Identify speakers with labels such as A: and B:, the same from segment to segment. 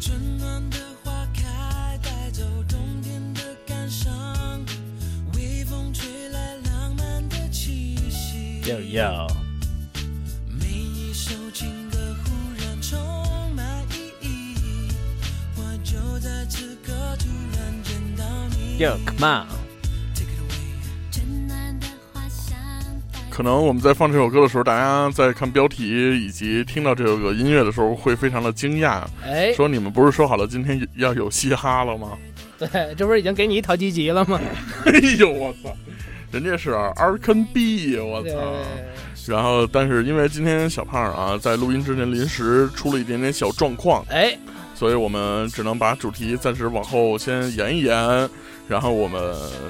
A: 春暖的花开，带走冬天的感伤。微风吹来浪漫的气息。
B: 要要，
A: 每一首情歌忽然充满意义。我就在此刻突然见到你。
B: 要 come on，
A: Take it away。
C: 可能我们在放这首歌的时候，大家在看标题以及听到这首歌音乐的时候，会非常的惊讶，
B: 哎，
C: 说你们不是说好了今天要有嘻哈了吗？
B: 对，这不是已经给你一套积极了吗？
C: 哎呦我操，人家是 R N B，我啊
B: 对，
C: 操！然后，但是因为今天小胖啊在录音之前临时出了一点点小状况，
B: 哎，
C: 所以我们只能把主题暂时往后先延一延，然后我们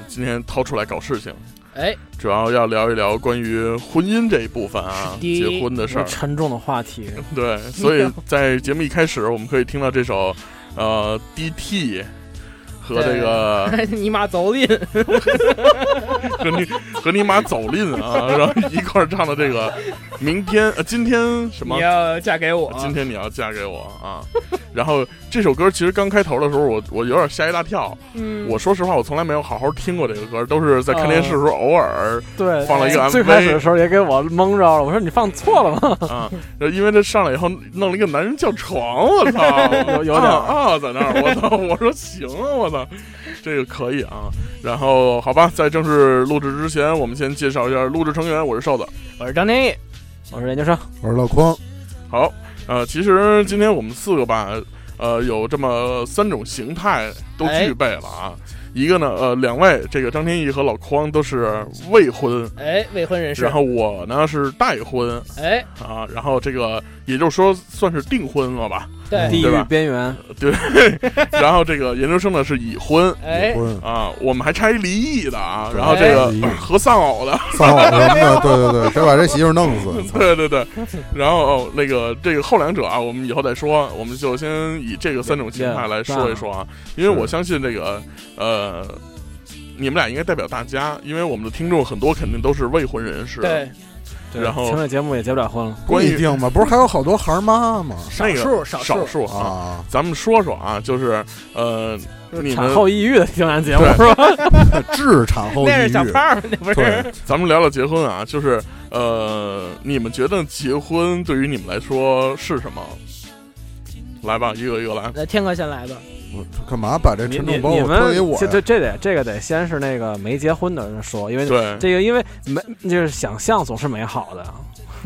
C: 今天掏出来搞事情。
B: 哎，
C: 主要要聊一聊关于婚姻这一部分啊，
B: 第一
C: 结婚的事儿。
D: 沉重的话题，
C: 对， 所以在节目一开始，我们可以听到这首呃 DT 和这个
B: 你妈走运，
C: 和你和你妈走运 啊，然后一块儿唱的这个明天呃今天什么
B: 你。要嫁给我，
C: 今天你要嫁给我啊！然后这首歌其实刚开头的时候，我我有点吓一大跳。
B: 嗯，
C: 我说实话，我从来没有好好听过这个歌，都是在看电视的时候偶尔
D: 对，
C: 放了
B: 哎
C: 一个啊 MV
D: 哎最开始的时候也给我蒙着了，我说你放错了吗？
C: 啊，然后因为这上来以后弄了一个男人叫床，我操，
D: 有有点
C: 啊啊，在那儿，我操， 我说行啊，我操，这个可以啊。然后好吧，在正式录制之前，我们先介绍一下录制成员，我是瘦子。
B: 我是张天翼，
D: 我说研究生，
E: 我是老匡，
C: 好，呃，其实今天我们四个吧，呃，有这么三种形态都具备了啊。
D: 哎
C: 一个呢，呃，两位这个张天翼和老匡都是未婚，
B: 哎，未婚人士
C: 然，后我呢是待婚
B: 哎，
C: 啊，然后这个也就是说算是订婚了吧。
B: 对，
D: 地
C: 对吧
D: 狱边缘，
C: 然后这个研究生呢是已婚
B: 哎，
E: 婚
C: 啊，我们还差一离异的啊，
E: 对
C: 然后这个
E: 离异
C: 和丧偶的，
E: 丧偶什么的，嗯对对对，得把这媳妇儿弄死。
C: 对对对，然后、哦、那个这个后两者啊，我们以后再说，我们就先以这个三种形态来说一说啊，因为我相信这个呃，你们俩应该代表大家，因为我们的听众很多肯定都是未婚人士，
B: 对，
D: 对
C: 然后
D: 听了节目也结不了婚了，
C: 关
E: 不一
C: 于
E: 定嘛，不是还有好多孩儿妈吗？
C: 那个
B: 数
C: 少
B: 少
C: 数啊。
E: 啊，
C: 咱们说说啊，就是呃，你
D: 产
C: 们
D: 后抑郁的听完节目
C: 对
D: 是吧？
E: 治产后抑
B: 那是小
E: 郁，
B: 胖儿，那不
E: 对
B: 是，
C: 咱们聊聊结婚啊，就是呃，你们觉得结婚对于你们来说是什么？来吧，一个一个来。
B: 来，天哥先来吧，
E: 我干嘛把这
D: 你
E: 沉
D: 你
E: 重包
D: 你
E: 袱推
D: 们
E: 给我
D: 这
E: 呀？
D: 这这得这个得先是那个没结婚的人说，因为
C: 对
D: 这个因为没就是想象总是美好的，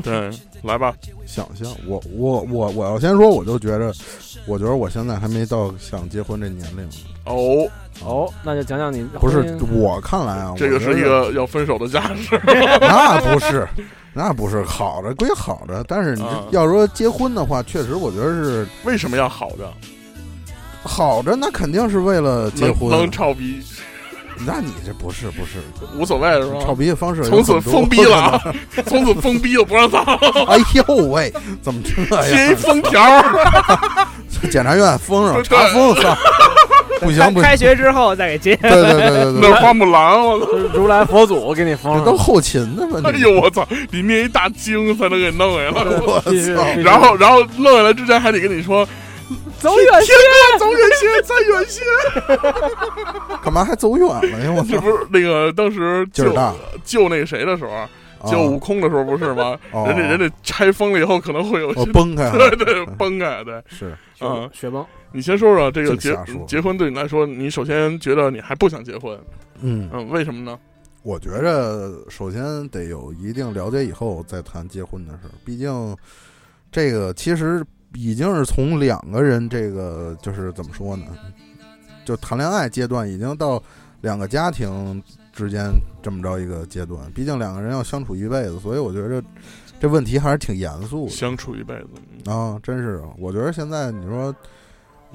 C: 对，来吧。
E: 想象，我我我我要先说，我就觉着，我觉得我现在还没到想结婚这年龄。
C: 哦，
D: 哦，那就讲讲你
E: 不
D: 婚
E: 是
D: 姻
E: 我看来啊，
C: 这个
E: 我觉得
C: 是一个要分手的架 势。
E: 那不是，那不是好着归好着，但是你
C: 啊
E: 要说结婚的话，确实我觉得是
C: 为什么要好着？
E: 好着，那肯定是为了结
C: 能能
E: 婚。
C: 臭逼，
E: 那你这不是不是
C: 无所谓是吧？
E: 炒逼的方式有
C: 从此
E: 很多
C: 封逼了，啊，从此封逼了，不让造，
E: 哎呦喂，怎么这
C: 贴一
E: 样？啊
C: 封条儿。
E: 检察院封上
C: 对
E: 查 封上，不行不行
B: 开，学之后再给接，
E: 对对对 对
C: 那
E: 对
C: 是花木兰，我操！
D: 就是如来佛祖给你封
E: 这
D: 上，
E: 都后勤的
C: 哎
E: 问题。
C: 呦，我操！里面一大精才能给弄下 来。
E: 我操
D: 必！须必须
C: 然后，然后弄下来之前还得跟你说，
D: 走远
E: 啊
D: 些，
C: 走远些，再远些。
E: 干嘛还走远了呀？我
C: 这
E: 操！
C: 不是那个当时
E: 劲儿
C: 救
E: 大，啊
C: 救那个谁的时候，救悟空的时候不是吗？
E: 哦
C: 人家人家拆封了以后可能会有
E: 我
C: 些
E: 哦 崩啊开
C: 对
E: 了，
C: 对崩开，对。
E: 是
C: 嗯
D: 雪
E: 哦
D: 崩，
C: 你先说说这个
E: 净
C: 结
E: 瞎说
C: 结婚对你来说，你首先觉得你还不想结婚，
E: 嗯，
C: 嗯，为什么呢？
E: 我觉着首先得有一定了解以后再谈结婚的事儿，毕竟这个其实已经是从两个人这个就是怎么说呢，就谈恋爱阶段已经到两个家庭之间这么着一个阶段，毕竟两个人要相处一辈子，所以我觉着这问题还是挺严肃的
C: 相处一辈子，嗯
E: 啊，真是，我觉得现在你说。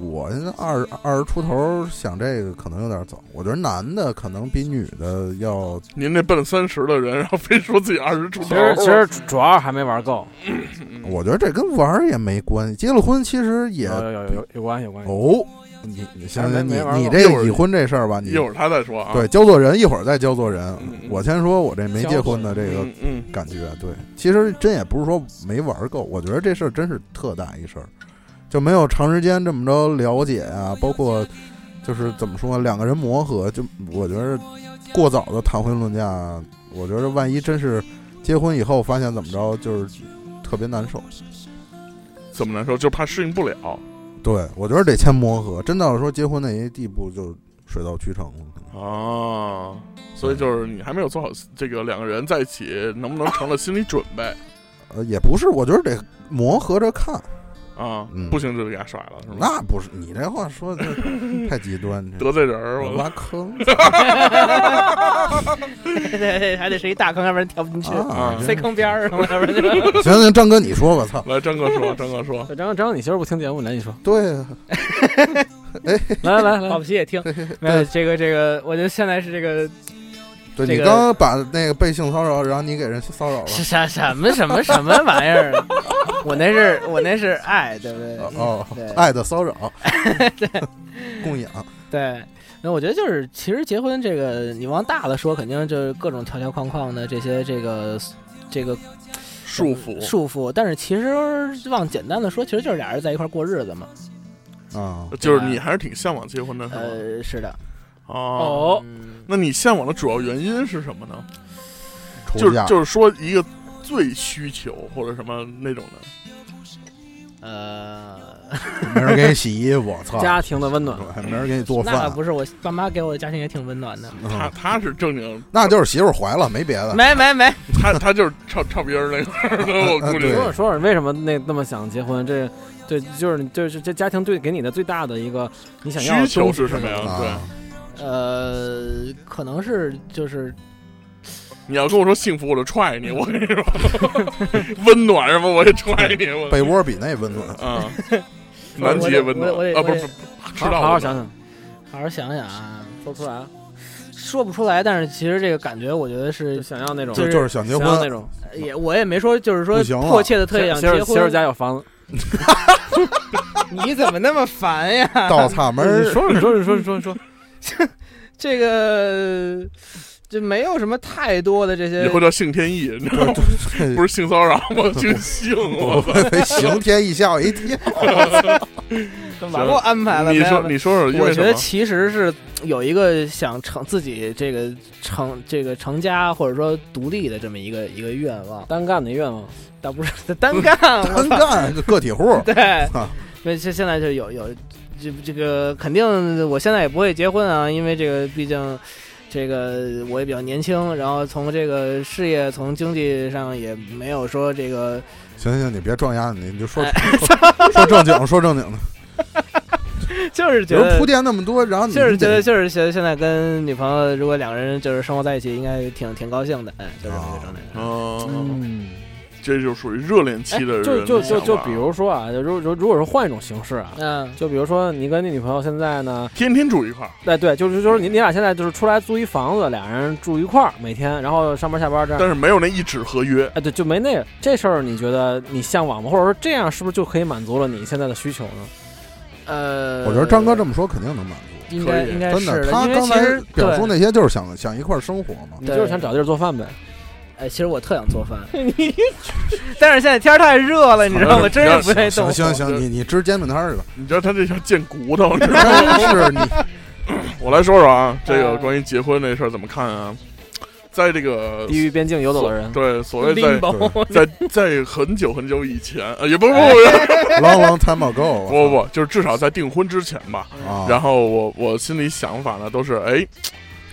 E: 我现在二二十出头想这个可能有点早，我觉得男的可能比女的要
C: 您这奔三十的人，然后非说自己二十出头
D: 其，
E: 哦
D: 实其实主要还没玩够，
E: 我觉得这跟玩儿也没关系，结了婚其实也
D: 有
C: 呃
D: 呃有有有有关系有关系。
E: 哦，你你行
D: 没
E: 行，你
D: 没玩儿
E: 你
D: 过
E: 这
C: 一会
E: 个
C: 儿
E: 已婚这事儿吧，你
C: 一会儿他再说啊。
E: 对教做人一会儿再教做人
C: 嗯，嗯
E: 我先说我这没结
B: 教做
E: 婚的这个
C: 嗯嗯，
E: 感觉，对，其实真也不是说没玩儿够，我觉得这事儿真是特大一事儿，就没有长时间这么着了解啊，包括就是怎么说呢，两个人磨合，就我觉得过早的谈婚论嫁，我觉得万一真是结婚以后发现怎么着，就是特别难受。
C: 怎么来说，就怕适应不了
E: 对，我觉得得先磨合，真到说结婚那一地步就水到渠成了。可能
C: 啊。所以就是你还没有做好这个两个人在一起能不能成了心理准备
E: 呃，也不是，我觉得得磨合着看。
C: 啊
E: 嗯？
C: 不行就给他甩了，是吧？
E: 那不是你这话 说的太极端，这
C: 得罪人儿，我
E: 挖坑
B: 对对对，还得是一大坑，要不然跳不进去，
E: 啊！
C: 啊
E: 真
B: 塞坑 边儿上，要不然就。
E: 行行，张哥你说吧，操，
C: 来，张哥说，张哥说，
D: 对张张，你媳妇儿不听节目，来你说，
E: 对啊，
D: 来来
B: 保
D: 来
B: 不，齐也听，没有这个这个，我觉得现在是这个
E: 对
B: 这
E: 你
B: 个
E: 刚刚把那个被性骚扰，然后你给人骚扰了，
B: 什什什么什么什么玩意儿， 我那是我那是爱，对不对？嗯
E: 哦
B: 对
E: 哦，爱的骚扰，供养，
B: 对，那我觉得就是，其实结婚这个，你往大了说，肯定就是各种条条框框的这些这个这个
C: 束缚
B: 束缚，但是其实往简单的说，其实就是俩人在一块儿过日子嘛。
E: 啊，
C: 就是你还是挺向往结婚的，是吗？
B: 呃，是的。
C: 哦，
B: 嗯
C: 那你向往的主要原因是什么呢？就
E: 出
C: 是
E: 嫁
C: 就是说一个最需求或者什么那种的，
B: 呃，
E: 没人给你洗衣服，操，
D: 家庭的温暖，
E: 还 没人给你做
B: 那
E: 饭，
B: 不是我爸妈给我的家庭也挺温暖的。
C: 他
E: 嗯
C: 他是正经，
E: 那就是媳妇儿怀了，没别的，
B: 没没没，
C: 他他就是唱唱别人那块儿的， 我估计
E: 啊对
D: 说说说说为什么那那么想结婚？这对，就是就是这家庭对给你的最大的一个你想要的
C: 需求
D: 东西
C: 是什么呀？对
E: 啊，，
B: 嗯呃，可能是就是
C: 你要跟我说幸福，我就踹你，我跟你说，温暖什么我也踹你，我
E: 被窝比那温暖，
C: 啊， 南极也温暖
B: 我得
C: 啊，
B: 我得
C: 不
B: 我
C: 是
B: 得
C: 不是，知
D: 好
C: 道
D: 好好想想，
B: 好好想想啊，
D: 说不出来，
B: 说不出来，但是其实这个感觉，我觉得
D: 就是想要那
C: 嗯
D: 种
E: 就
B: 就是
E: 就是想结
D: 想要那
E: 婚，
D: 种，
B: 也我也没说就是说
E: 不行
C: 啊
E: 了
B: 迫切的特
D: 媳
B: 别想
D: 媳妇
B: 结
D: 儿媳妇儿
B: 婚。
D: 家有房子，
B: 你怎么那么烦呀？
E: 倒插门
D: 你
E: 儿，
D: 说你说你说你说你说，
B: 这个就没有什么太多的这
C: 以
B: 些
C: 后叫性天意，你知道吗
E: 对
C: 不是性骚扰吗？ 就性，啊我操！
E: 刑天一吓我一跳，
B: 完给我安排了。
C: 你
B: 没有
C: 说你说说，因
B: 我
C: 为
B: 觉
C: 什
B: 得
C: 么？
B: 其实是有一个想成自己这个成这个成家或者说独立的这么一个一个愿望，
D: 单干的愿望，
C: 哦
B: 倒不是单干，我
E: 单
B: 操
E: 干个 体户，
B: 对
E: 啊，
B: 所以现现在就有有这这个肯定，我现在也不会结婚啊，因为这个毕竟。这个我也比较年轻，然后从这个事业、从经济上也没有说这个
E: 行行，你别撞鸭子，你就说
B: 哎
E: 说正经，说 正经的。
B: 就是
E: 比
B: 觉
E: 如
B: 得
E: 铺垫那么多，然后你
B: 就是
E: 得
B: 觉得就是觉得现在跟女朋友如果两个人就是生活在一起，应该挺挺高兴的，哎，就是这么个状态。
E: 哦
C: 嗯，
D: 嗯，哎
C: 这就属于热恋期的人
D: 就
C: 的
D: 就
C: 想
D: 就
C: 法
D: 就比如说啊，就如如如果是换一种形式啊，
B: 嗯，
D: 就比如说你跟你女朋友现在呢，
C: 天天住一块儿，
D: 哎对，就是就是你你俩现在就是出来租一房子，俩人住一块儿，每天然后上班下班这样。
C: 但是没有那一纸合约，
D: 哎，对，就没那个这事儿，你觉得你向往吗？或者说这样是不是就可以满足了你现在的需求呢？
B: 呃，
E: 我觉得张哥这么说肯定能满足，
B: 应该
C: 可以
B: 应该
E: 真
B: 哎是
E: 的。他
B: 因为
E: 刚
B: 其
E: 才
B: 实
E: 表述
B: 对，
E: 那些就是想想一块儿生活 嘛
D: 你，
B: 对
D: 就是想找地儿做饭呗。
B: 哎，其实我特想做 饭，但是现在天儿太热了，你知道吗？真是不愿意动
E: 行
B: 火。
E: 行行，你你支煎饼摊儿去吧。
C: 你知道他这叫贱骨头，你知道吗
E: 真是你
C: 我来说说
D: 嗯
C: 啊，这个
B: 啊
C: 关于结婚这事儿怎么看啊？在这个
D: 地狱边境游走的人，
C: 对所谓在
B: Limbo
C: 在在很久很久以前，呃，也不不
D: 哎
C: 不
E: long long time ago，
C: 不不不，就是至少在订婚之前吧。
E: 啊，
C: 然后我我心里想法呢都是哎。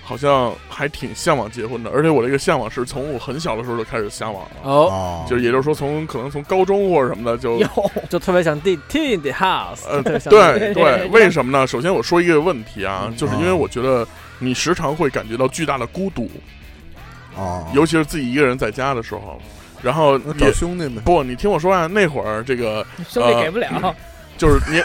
C: 好像还挺向往结婚的，而且我这个向往是从我很小的时候就开始向往了，
D: 哦，
E: 啊，
C: 就是也就是说从可能从高中或者什么的就
B: 有
D: 就特别想地 T the house，
C: 呃，
D: 特别 想
C: 对对，
B: 对
C: 为什么呢？首先我说一个问题啊，
D: 嗯
C: 就是因为我觉得你时常会感觉到巨大的孤独，
E: 啊，
C: 尤其是自己一个人在家的时候。然后
E: 那找
C: 也
E: 兄弟呗。
C: 不，你听我说啊，那会儿这个
B: 兄弟给不
C: 啊
B: 了，
C: 就是你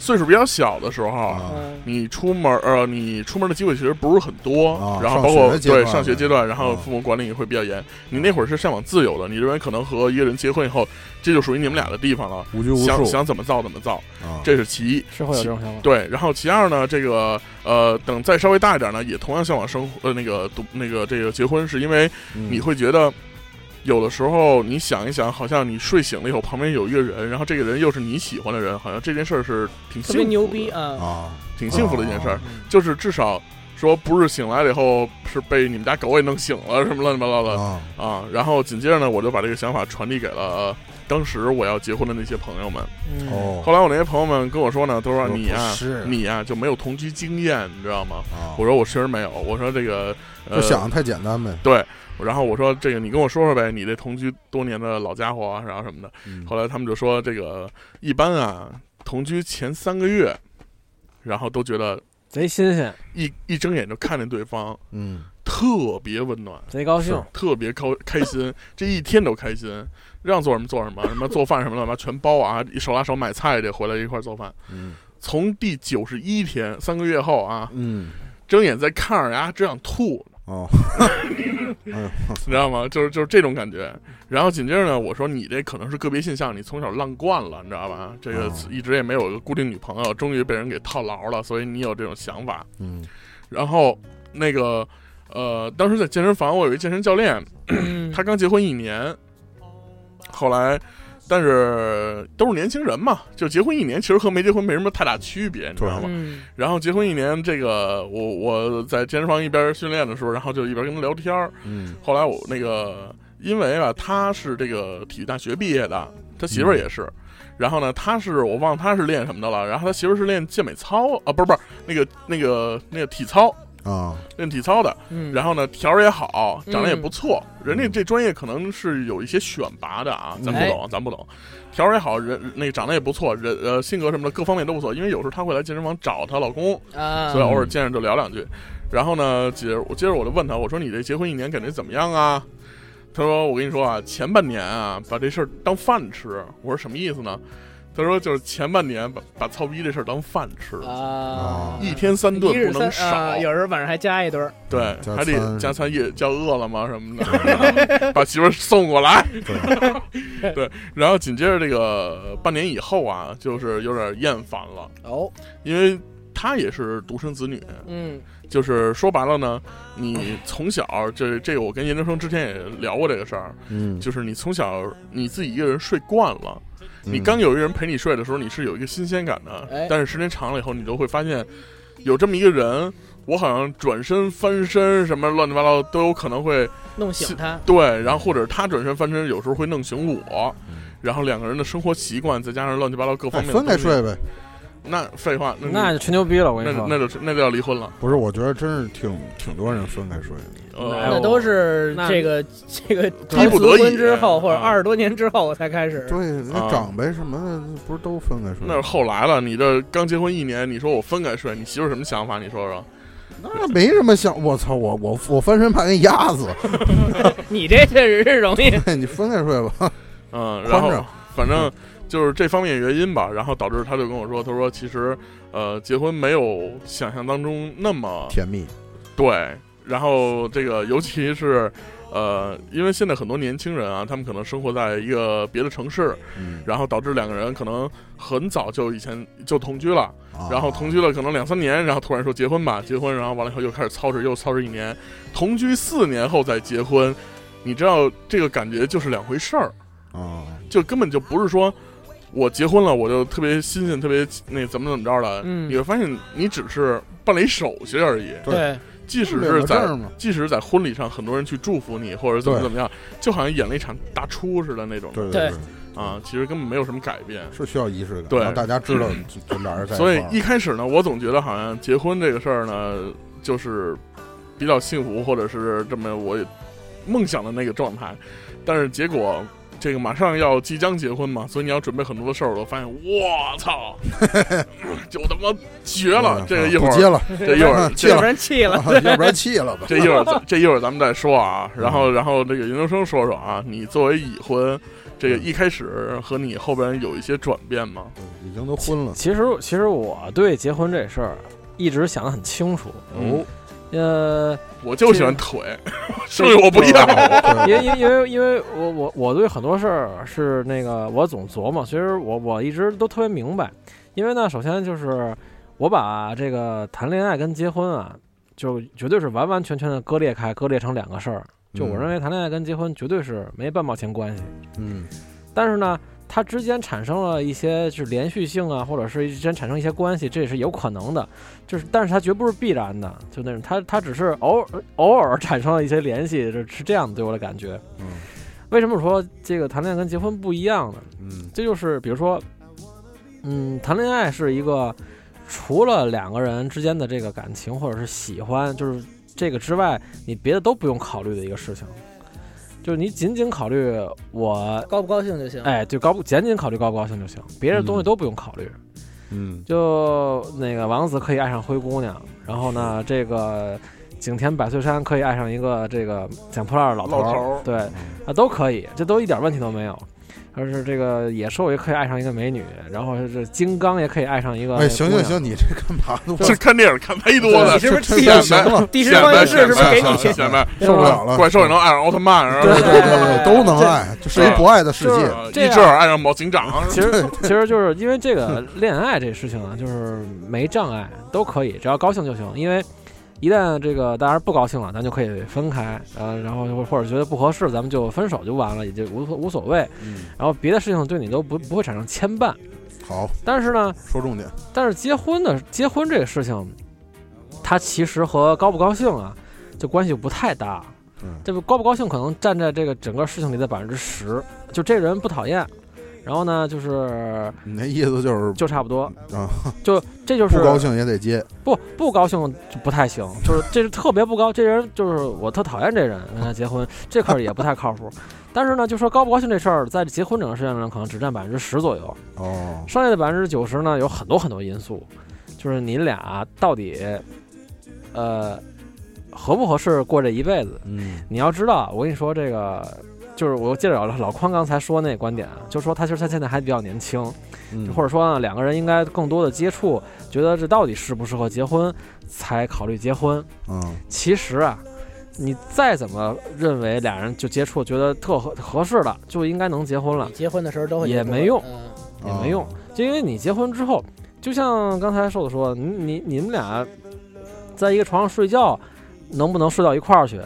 C: 岁数比较小的时候，
E: 啊
B: 嗯，
C: 你出门儿呃，你出门的机会其实不是很多，
E: 啊
C: 然后
E: 上
C: 包括
E: 学阶
C: 对
E: 段
C: 上学
E: 了
C: 阶段，然后
E: 啊
C: 父母管理也会比较严。你那会儿是向往自由的，你认为可能和一个人结婚以后，这就属于你们俩的地方了，
E: 无拘无
C: 想
E: 束
C: 想怎么造怎么造，
E: 啊，
C: 这是其一。
D: 是会有这种想法。
C: 对，然后其二呢，这个呃，等再稍微大一点呢，也同样向往生活呃那个独那个这个结婚，是因为
E: 嗯
C: 你会觉得。有的时候你想一想，好像你睡醒了以后，旁边有一个人，然后这个人又是你喜欢的人，好像这件事儿是挺
B: 特
C: 幸
B: 别
C: 福
B: 牛
C: 的
B: 逼啊！
E: 啊，
C: 挺幸福的一件事儿
E: 啊，
C: 就是至少说不是醒来了以后是被你们家狗给弄醒了什么乱七八糟的
E: 啊
C: 啊。然后紧接着呢，我就把这个想法传递给了呃当时我要结婚的那些朋友们。
B: 嗯，
E: 哦，
C: 后来我那些朋友们跟我说呢，都说
E: 我
C: 你呀、
E: 不是
C: 你呀、就没有同居经验，你知道吗？
E: 啊
C: 我说我确实没有，我说这个嗯呃
E: 就想的太简单呗。
C: 然后我说这个你跟我说说呗，你这同居多年的老家伙啊，然后什么的。
E: 嗯
C: 后来他们就说这个一般啊，同居前三个月，然后都觉得
D: 贼新鲜，
C: 一一睁眼就看见对方，
E: 嗯，
C: 特别温暖，
D: 贼高兴，
C: 特别高开心，这一天都开心，让做什么做什么，什么做饭什么乱七八糟全包啊，手拉手买菜去，回来一块儿做饭。
E: 嗯
C: 从第九十一天，三个月后啊，
E: 嗯，
C: 睁眼在看着呀，只想吐，
E: 哦，哎呦，
C: 你知道吗？就是就是这种感觉。然后紧接着呢，我说你这可能是个别现象，你从小浪惯了，你知道吧？这个
E: 哦
C: 一直也没有一个固定女朋友，终于被人给套牢了，所以你有这种想法。
E: 嗯
C: 然后那个呃，当时在健身房，我有一健身教练， 他刚结婚一年，后来，但是都是年轻人嘛，就结婚一年，其实和没结婚没什么太大区别，你知道吗？
B: 嗯
C: 然后结婚一年，这个我我在健身房一边训练的时候，然后就一边跟他聊天儿。
E: 嗯
C: 后来我那个因为啊，他是这个体育大学毕业的，他媳妇儿也是。然后呢，他是我忘了他是练什么的了，然后他媳妇儿是练健美操啊，不是不是那个那个那个体操，
E: 啊，
C: 练体操的。
B: 嗯，
C: 然后呢，条儿也好，长得也
B: 嗯
C: 不错，人家这专业可能是有一些选拔的啊，咱不
B: 哎
C: 懂，咱不懂。条儿也好，人那个长得也不错，人呃性格什么的各方面都不错，因为有时候她会来健身房找她老公，
B: 啊
C: 所以，偶尔见着就聊两句。然后呢，接着我接着我就问她，我说你这结婚一年感觉怎么样啊？她说我跟你说啊，前半年啊把这事儿当饭吃。我说什么意思呢？她说就是前半年把把操逼这事儿当饭吃，
B: 啊，
C: 一天三
B: 一
C: 顿
B: 日
C: 不
B: 三
C: 能少。
B: 啊，有时候晚上还加一顿，
C: 对，
E: 嗯加
C: 还得
E: 餐
C: 加餐也叫饿了吗什么的，把媳妇儿送过来。 对，然后紧接着这个半年以后啊，就是有点厌烦了，
B: 哦，
C: 因为她也是独生子女，
B: 嗯
C: 就是说白了呢，你从小这这个我跟研究生之前也聊过这个事儿，
E: 嗯，
C: 就是你从小你自己一个人睡惯了，
E: 嗯
C: 你刚有一个人陪你睡的时候，你是有一个新鲜感
B: 哎
C: 的，但是时间长了以后，你就会发现有这么一个人。我好像转身翻身什么乱七八糟都有可能会
B: 弄醒他，
C: 对，然后或者是他转身翻身，有时候会弄醒我
E: 嗯，
C: 然后两个人的生活习惯，再加上乱七八糟各
E: 哎
C: 方面的
E: 分开
C: 东西，
E: 睡呗。
C: 那废话，那
D: 那就吹牛逼了。我
C: 那
D: 跟你说，
C: 那就那就要离婚了。
E: 不是，我觉得真是挺挺多人分开睡的。
D: 哎
B: 那
C: 呃，
D: 呦
B: 都是
D: 那
B: 这个这个
C: 逼不得已
B: 结婚之后或者
C: 啊
B: 二十多年之后我才开始，
E: 对，那
C: 啊
E: 长辈什么的，不是都分开睡？
C: 那是后来了，你这刚结婚一年，你说我分开睡，你媳妇儿什么想法？你说说，
E: 那没什么想，我操，我我我翻身怕给你压死。
B: 你这确实是容易，
E: 你分开 睡吧。
C: 嗯，
E: 宽
C: 然后
E: 着
C: 反正就是这方面原因吧，然后导致他就跟我说，他说其实呃，结婚没有想象当中那么
E: 甜蜜，
C: 对，然后这个尤其是。呃，因为现在很多年轻人啊，他们可能生活在一个别的城市，
E: 嗯，
C: 然后导致两个人可能很早就以前就同居了，
E: 啊
C: 然后同居了可能两三年，然后突然说结婚吧，结婚，然后完了以后又开始操持，又操持一年，同居四年后再结婚，你知道这个感觉就是两回事儿，
E: 啊，
C: 就根本就不是说我结婚了我就特别新鲜，特别那怎么怎么着了，
B: 嗯
C: 你会发现你只是办了一手续而已，
E: 对
B: 对，
C: 即使
E: 领
C: 是
E: 个
C: 在
E: 证嘛，
C: 即使是在婚礼上很多人去祝福你或者怎么
E: 对
C: 怎么样，就好像演了一场大出似的那种
E: 对
B: 对
E: 对，
C: 啊，其实根本没有什么改变。
E: 是需要仪式感，
C: 对嗯
E: 让大家知道就就俩人在一块
C: 所以
E: 儿。
C: 一开始呢，我总觉得好像结婚这个事儿呢，就是比较幸福，或者是这么我梦想的那个状态。但是结果这个马上要即将结婚嘛，所以你要准备很多的事儿。我发现，我 操，就他妈绝了！这个一会
E: 啊嗯 不接
C: 儿，
E: 了，
C: 这一会儿，
E: 气
C: 这啊
E: 了
B: 要不然气 了。
E: 要不然气了吧？嗯
C: 这一会儿，这一会儿咱们再说啊。然后，然后这个研究生说说啊，你作为已婚，这个
E: 嗯
C: 一开始和你后边有一些转变吗？
E: 已经都昏了，
D: 其实，其实我对结婚这事儿一直想得很清楚。
C: 嗯
E: 哦，嗯
D: 呃，
C: 我就喜欢腿， 剩下我不
E: 哦
C: 要。
D: 因为因为因为因为我我我对很多事儿是那个我总琢磨，其实我我一直都特别明白，因为呢，首先就是我把这个谈恋爱跟结婚啊，就绝对是完完全全的割裂开，割裂成两个事儿。就
C: 嗯
D: 我认为谈恋爱跟结婚绝对是没半毛钱关系，
E: 嗯，
D: 但是呢，它之间产生了一些就是连续性啊，或者是之间产生一些关系，这也是有可能的，就是但是它绝不是必然的，就那种它它只是偶 尔偶尔产生了一些联系，这是这样的对我的感觉。
E: 嗯
D: 为什么说这个谈恋爱跟结婚不一样呢？
E: 嗯
D: 这就是比如说，嗯，谈恋爱是一个除了两个人之间的这个感情或者是喜欢，就是这个之外，你别的都不用考虑的一个事情，就是你仅仅考虑我
B: 高不高兴就行。
D: 哎，对高不仅仅考虑高不高兴就行，别的东西都不用考虑。
E: 嗯
D: 就那个王子可以爱上灰姑娘，然后呢，这个景天百岁山可以爱上一个这个捡破烂的老头
C: 老
D: 儿，
C: 头儿
D: 对啊，都可以，这都一点问题都没有。而是这个野兽也可以爱上一个美女，然后是金刚也可以爱上一个。
E: 嗯，哎，行行，行，你这干嘛呢？
C: 这看电影看忒多了
B: 你，是不是
E: 这
B: 气
E: 这
B: 了？
E: 行了，
B: 第十方程式是不是给
C: 显摆啊
B: 你？
C: 显摆
E: 受不了了，
C: 怪兽也能爱上奥特曼，然
E: 对
C: 后
E: 对对对，都能爱，这是一不爱的世
D: 就是
E: 界。
C: 呃
D: 这
C: 一
D: 样
C: 阵儿爱上某警长，
D: 其 实其实就是因为这个 恋爱这事情啊，就是没障碍，都可以，只要高兴就行。因为一旦这个大家不高兴了，咱就可以分开，呃，然后或或者觉得不合适，咱们就分手就完了，也就无所无所谓。
E: 嗯，
D: 然后别的事情对你都不不会产生牵绊。
E: 好，
D: 但是呢，
E: 说重点。
D: 但是结婚的结婚这个事情，它其实和高不高兴啊，就关系不太大。
E: 嗯
D: 这个高不高兴可能占在这个整个事情里的百分之十，就这人不讨厌，然后呢，就是
E: 你那意思就是
D: 就差不多，
E: 啊，
D: 就这就是
E: 不高兴也得接，
D: 不不高兴就不太行，就是这是特别不高，这人就是我特讨厌这人，跟他结婚这块儿也不太靠谱。 但是呢，就说高不高兴这事儿，在结婚整个事情上可能只占百分之十左右，
E: 哦，
D: 剩下的百分之九十呢，有很多很多因素，就是你俩到底，呃，合不合适过这一辈子？
E: 嗯
D: 你要知道，我跟你说这个，就是我接着老老宽刚才说那观点，啊，就说他其实他现在还比较年轻，
E: 嗯，
D: 或者说啊呢，两个人应该更多的接触，觉得这到底适不适合结婚，才考虑结婚。
E: 嗯
D: 其实啊，你再怎么认为俩人就接触，觉得特合合适了，就应该能结婚了，
B: 结婚的时候都会
D: 也没用
B: 嗯
D: 也没用。
E: 啊
D: 就因为你结婚之后，就像刚才瘦子说，的，你你你们俩在一个床上睡觉，能不能睡到一块儿去，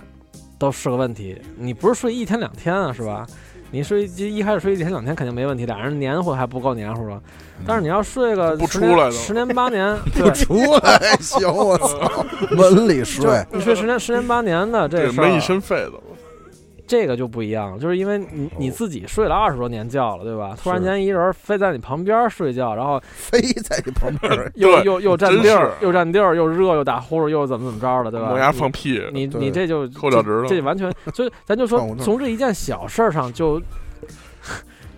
D: 都是个问题。你不是睡一天两天啊，是吧？你睡一一开始睡一天两天肯定没问题，俩人黏糊还不够黏糊了。但是你要睡个
C: 嗯不
D: 十
C: 出
D: 年
C: 来了
D: 十年八 年，对，
E: 出来，行，我操，门里睡，
D: 你睡十年十年八年的这
C: 这
D: 个事
C: 没一
D: 儿，啊
C: 身痱子，
D: 这个就不一样了，就是因为你
C: 哦
D: 你自己睡了二十多年觉了，对吧？突然间一人非在你旁边睡觉，然后
E: 飞在你旁边儿，
D: 又
C: 对
D: 又又占
C: 真
D: 地儿，
C: 是
D: 又占地儿，又热又打呼噜，又怎么怎么着了，对吧？
C: 磨牙放屁，
D: 你
E: 对
D: 你这就
C: 扣脚趾头
D: 这这完全就咱就
E: 放
D: 说
E: 我那儿
D: 从这一件小事儿上就，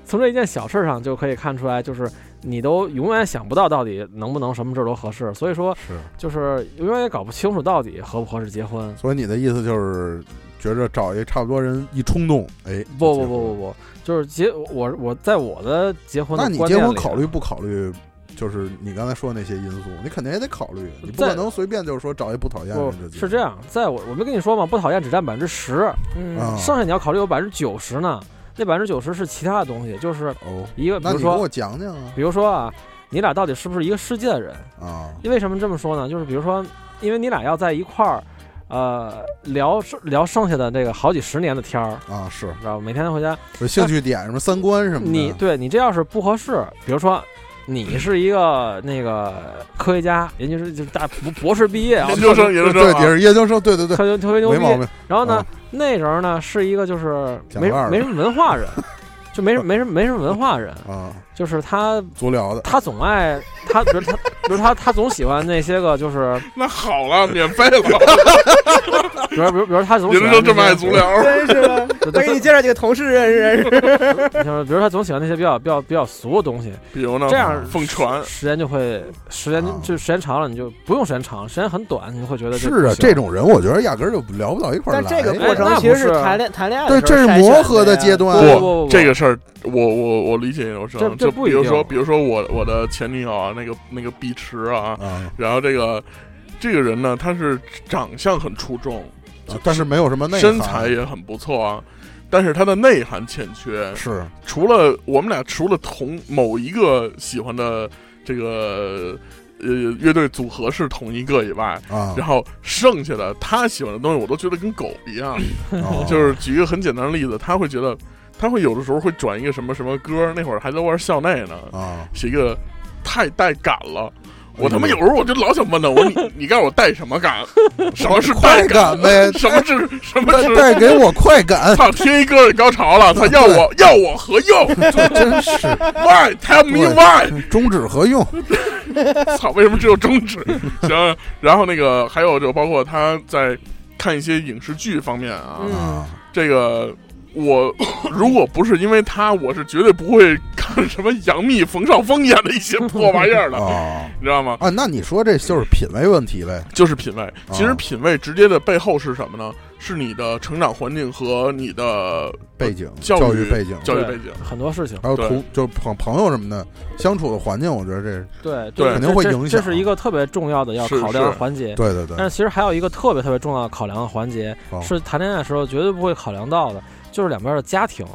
D: 从这一件小事儿上就可以看出来，就是你都永远想不到到底能不能什么事儿都合适，所以说
E: 是。
D: 就是永远也搞不清楚到底合不合适结婚。
E: 所以你的意思就是，觉着找一差不多人一冲动，哎，就
D: 不不
E: 结婚
D: 不不不，就是结我我在我的结婚
E: 那
D: 的
E: 你
D: 观
E: 结
D: 念
E: 婚
D: 里
E: 考虑不考虑？就是你刚才说的那些因素，你肯定也得考虑，你不
D: 在
E: 可能随便就是说找一不讨厌的
D: 不
E: 人就结
D: 是这样，在我我没跟你说嘛，不讨厌只占百分之十，
B: 嗯
E: 啊，
D: 剩下你要考虑有百分之九十呢，那百分之九十是其他的东西，就是
E: 哦。
D: 一个比
E: 那
D: 如
E: 你给我
D: 说
E: 讲讲啊
D: 比如说啊，你俩到底是不是一个世界的人？
E: 啊，
D: 因为什么这么说呢？就是比如说，因为你俩要在一块儿，呃，聊聊剩下的这个好几十年的天儿，
E: 啊，是
D: 知道吧？每天回家，
E: 有兴趣点什么三观什么的。
D: 你对你这要是不合适，比如说。你是一个那个科学家，研究生就是大博博士毕业啊，
C: 研究生研究
E: 对
C: 生
E: 对，你
C: 啊，
E: 是研究生，对对对，
D: 特别特别牛
E: 没毛
D: 逼。
E: 病。
D: 然后呢
E: 啊，
D: 那人呢是一个就是
E: 讲
D: 没
E: 腕儿的
D: 没什么文化人，就没什没什没什么文化人。
E: 啊，
D: 就是他
E: 足疗的，
D: 他总爱他，比如他，比如他，他总喜欢那些个，就是
C: 那好了，免费 了，
D: 比如比如比如他总喜
C: 您
D: 欢
C: 就这么爱
D: 那
C: 足
D: 些
C: 疗，
B: 真是 的，
D: 对
B: 再
D: 对
B: 给你介绍几个同事认识认识。
D: 就是比如他总喜欢那些比较比较比较俗的东西，
C: 比如呢，
D: 这样
C: 奉传，
D: 时间就会时间
E: 啊
D: 就时间长了，你就不用时间长，时间很短，你就会觉得
E: 是
D: 不
E: 啊
D: 行，
E: 这种人我觉得压根儿就聊不到一块儿
B: 但这
E: 来。
B: 个过
D: 哎
B: 程
D: 那
B: 其
D: 不
B: 实是
D: 是
B: 谈恋谈恋爱的
E: 对，
B: 时候
E: 这是
B: 筛选
E: 磨合
B: 的
E: 的
B: 呀
E: 阶段。
D: 不
C: 不
D: 不不
C: 这个事儿，我我我理解有
D: 这
C: 生，
D: 这
C: 啊就
D: 不
C: 比
D: 一
C: 如
D: 定
C: 说，比如说我我的前女友啊，那个那个碧池啊，
E: 啊，
C: 然后这个这个人呢，他是长相很出众，
E: 啊但是没有什么内涵
C: 身材也很不错啊，但是他的内涵欠缺。
E: 是
C: 除了我们俩，除了同某一个喜欢的这个呃乐队组合是同一个以外，
E: 啊，
C: 然后剩下的他喜欢的东西，我都觉得跟狗一样。
E: 哦
C: 就是举一个很简单的例子，他会觉得，他会有的时候会转一个什么什么歌，那会儿还在玩校内呢，
E: 啊，
C: 是一个太带感了。我他妈
E: 哎
C: 有
E: 呦
C: 时候我就老想问他，我说你你告诉我带什么 感？什么是带
E: 快感呗
C: 什么是什么
E: 带
C: 是？
E: 带给我 快感，
C: 操，听一歌就高潮了，他要我要我何用
E: 真是
C: ？Why tell me
E: 对
C: why？
E: 中指合用
C: 操，为什么只有中指？行，然后那个还有就包括他在看一些影视剧方面啊，
B: 嗯
E: 啊，
C: 这个我 如果不是因为他，我是绝对不会看什么杨幂、冯绍峰演的一些破玩意儿的，
E: 啊
C: 你知道吗？
E: 啊，那你说这就是品味问题嘞？
C: 就是品味。其实
E: 啊
C: 品味直接的背后是什么呢？是你的成长环境和你的
E: 背景、
C: 教
E: 教
C: 育
E: 育背景，
C: 教育
D: 对
C: 背景。
D: 很多事情。
E: 还有
C: 对
E: 同就是朋朋友什么的相处的环境，我觉得这是
D: 对
C: 对
D: 这
E: 肯定会
D: 这
E: 影响
D: 这是一个特别重要的要
C: 是
D: 考量的
C: 是
D: 环节。
E: 对对
D: 但
E: 对，
D: 是其实还有一个特别特别重要的考量的环节，
E: 哦
D: 是谈恋爱的时候绝对不会考量到的，就是两边的家庭，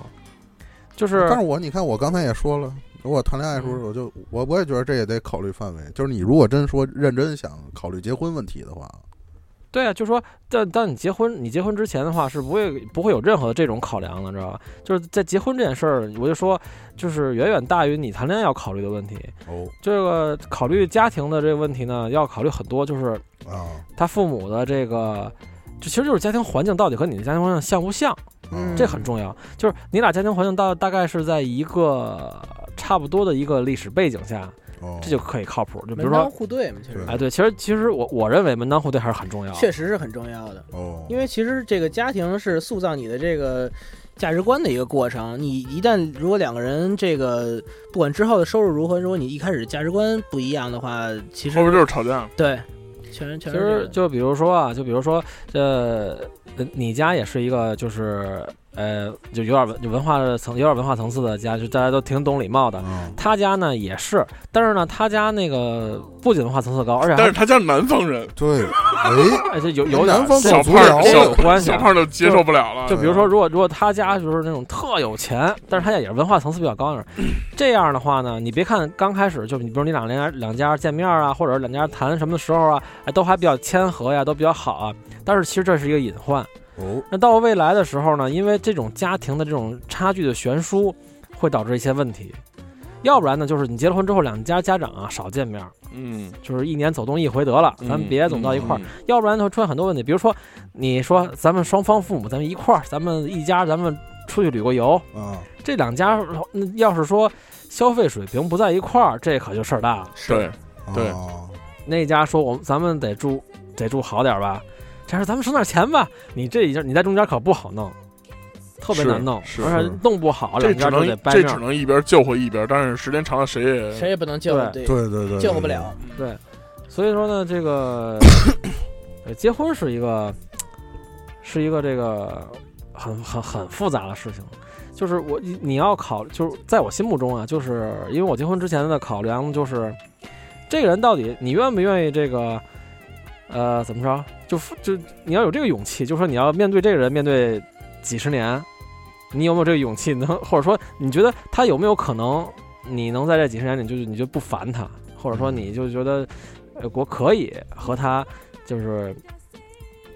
D: 就是
E: 但是我你看，我刚才也说了，如果谈恋爱的时候，我就我我也觉得这也得考虑范围，就是你如果真说认真想考虑结婚问题的话，
D: 对啊，就说但当你结婚，你结婚之前的话是不会不会有任何这种考量的，知道吧？就是在结婚这件事儿，我就说，就是远远大于你谈恋爱要考虑的问题。
E: 哦
D: 这个考虑家庭的这个问题呢，要考虑很多，就是
E: 啊，
D: 他父母的这个，这其实就是家庭环境到底和你的家庭环境像不像，
E: 嗯
D: 这很重要。就是你俩家庭环境大大概是在一个差不多的一个历史背景下，
E: 哦
D: 这就可以靠谱。就比如
B: 门当
D: 说，
B: 户对嘛，其实
E: 对
D: 哎，对，其实其实我我认为门当户对还是很重要的。
B: 确实是很重要的，
E: 哦，
B: 因为其实这个家庭是塑造你的这个。价值观的一个过程，你一旦如果两个人这个不管之后的收入如何，如果你一开始价值观不一样的话，其
C: 后边
B: 实
C: 就是吵架，
B: 对，全全
D: 其
B: 是这
D: 实
B: 个
D: 就比如说啊，就比如说，呃，呃你家也是一个就是呃，就有点文有文化层有点文化层次的家，就大家都挺懂礼貌的。
E: 嗯
D: 他家呢也是，但是呢，他家那个不仅文化层次高，而且
C: 但
D: 还
C: 是他家是南方人，
E: 对，哎，
D: 而且有有点
E: 南方
D: 这
C: 小
D: 有
C: 胖儿
E: 聊
D: 这有
C: 小
D: 关系
C: 小
D: 啊。
C: 胖就接受不了了
D: 就。比如说，如果如果他家就是那种特有钱，但是他家也是文化层次比较高那种，这样的话呢，你别看刚开始就你比如你两家两家见面啊，或者是两家谈什么的时候啊，哎，都还比较谦和呀，都比较好啊，但是其实这是一个隐患。
E: 哦
D: 那到未来的时候呢，因为这种家庭的这种差距的悬殊，会导致一些问题。要不然呢，就是你结了婚之后，两家家长啊少见面儿，
C: 嗯，
D: 就是一年走动一回得了，咱们
F: 嗯
D: 别总到一块儿。要不然呢会出现很多问题，比如说你说咱们双方父母，咱们一块儿，咱们一家，咱们出去旅过游，
E: 啊，
D: 这两家嗯要是说消费水平不在一块儿，这可就事儿大了。
C: 对，对
E: 啊
D: 那家说我们咱们得住得住好点儿吧，这样咱们省点钱吧。你这已经你在中间可不好弄，特别
C: 是
D: 难弄，
C: 是
D: 而且弄不好
C: 这
D: 两
C: 只
D: 家都
C: 能
D: 得掰
C: 这
D: 面
C: 只
D: 儿。
C: 能一边救活一边，但是时间长了谁也
B: 谁也不能救，
D: 对
B: 对
E: 对对对，
B: 救
E: 对
B: 不了。。
D: 对，所以说呢，这个呃结婚是一个是一个这个很很很复杂的事情。就是我你你要考，就是在我心目中啊，就是因为我结婚之前的考量就是，这个人到底你愿不愿意这个，呃，怎么着？就付就你要有这个勇气，就说你要面对这个人，面对几十年，你有没有这个勇气能，或者说你觉得他有没有可能，你能在这几十年里就是你就不烦他，或者说你就觉得，呃，我可以和他就是。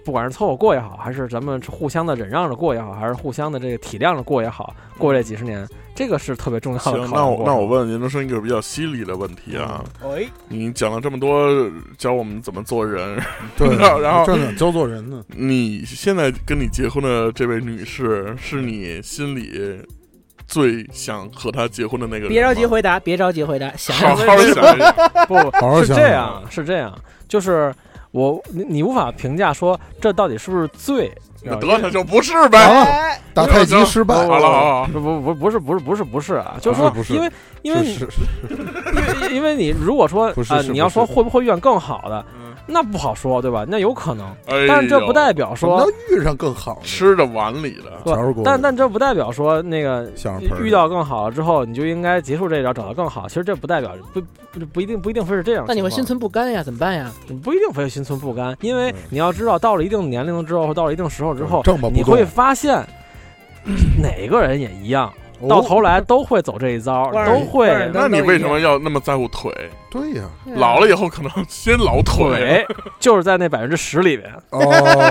D: 不管是凑合过也好，还是咱们互相的忍让着过也好，还是互相的这个体谅着过也好，过这几十年，这个是特别重要的考
C: 行。
D: 量
C: 那
D: 过
C: 我那
D: 程
C: 我问研究生一个比较犀利的问题啊，
B: 哎，
C: 你讲了这么多，教我们怎么做人。
E: 对，
C: 然后然后
E: 正经教做人呢，
C: 你现在跟你结婚的这位女士，是你心里最想和他结婚的那个人
B: 别着急
C: 吗
B: 回答，别着急回答，想
C: 好
B: 想
C: 好想一想。
D: 不，
E: 好好
D: 是
E: 想
D: 这
E: 想啊
D: 样，是这样，就是我你你无法评价说这到底是不是罪，你知道
C: 那
D: 吗
C: 得，他就不是
E: 完
C: 呗。
E: 了，打太极失败
D: 不
C: 好了，好了，
D: 不不不不是不是不是不是啊，就是说
E: 不是
D: 因为因为你
E: 是
D: 因为因为你如果说
E: 不是
D: 啊
E: 是
D: 你
E: 不
D: 要说
E: 是
D: 会不会遇见更好的，
C: 嗯
D: 那不好说对吧？那有可能，
C: 哎
D: 但是这不代
C: 呦
D: 表
E: 能
D: 说，
E: 遇上更好的
C: 吃着碗里的，
D: 不
E: 乔治国
D: 但但这不代表说那个
E: 相声盆儿
D: 遇到更好了之后，你就应该结束这一招，找到更好。其实这不代表不不不一定不一定非是这样的情况。
B: 那你会心存不甘呀？怎么办呀？
D: 不一定非心存不甘，因为
E: 嗯
D: 你要知道，到了一定年龄之后，到了一定时候之后，
E: 正吧不
D: 你
E: 动
D: 会发 现哪个人也一样，
E: 哦
D: 到头来都会走这一招，
B: 万
D: 都
B: 人
D: 会
B: 万人
C: 那你为什么要那么在乎腿？
E: 对 呀，
C: 老了以后可能先老腿。啊
D: 腿就是在那百分之十里面。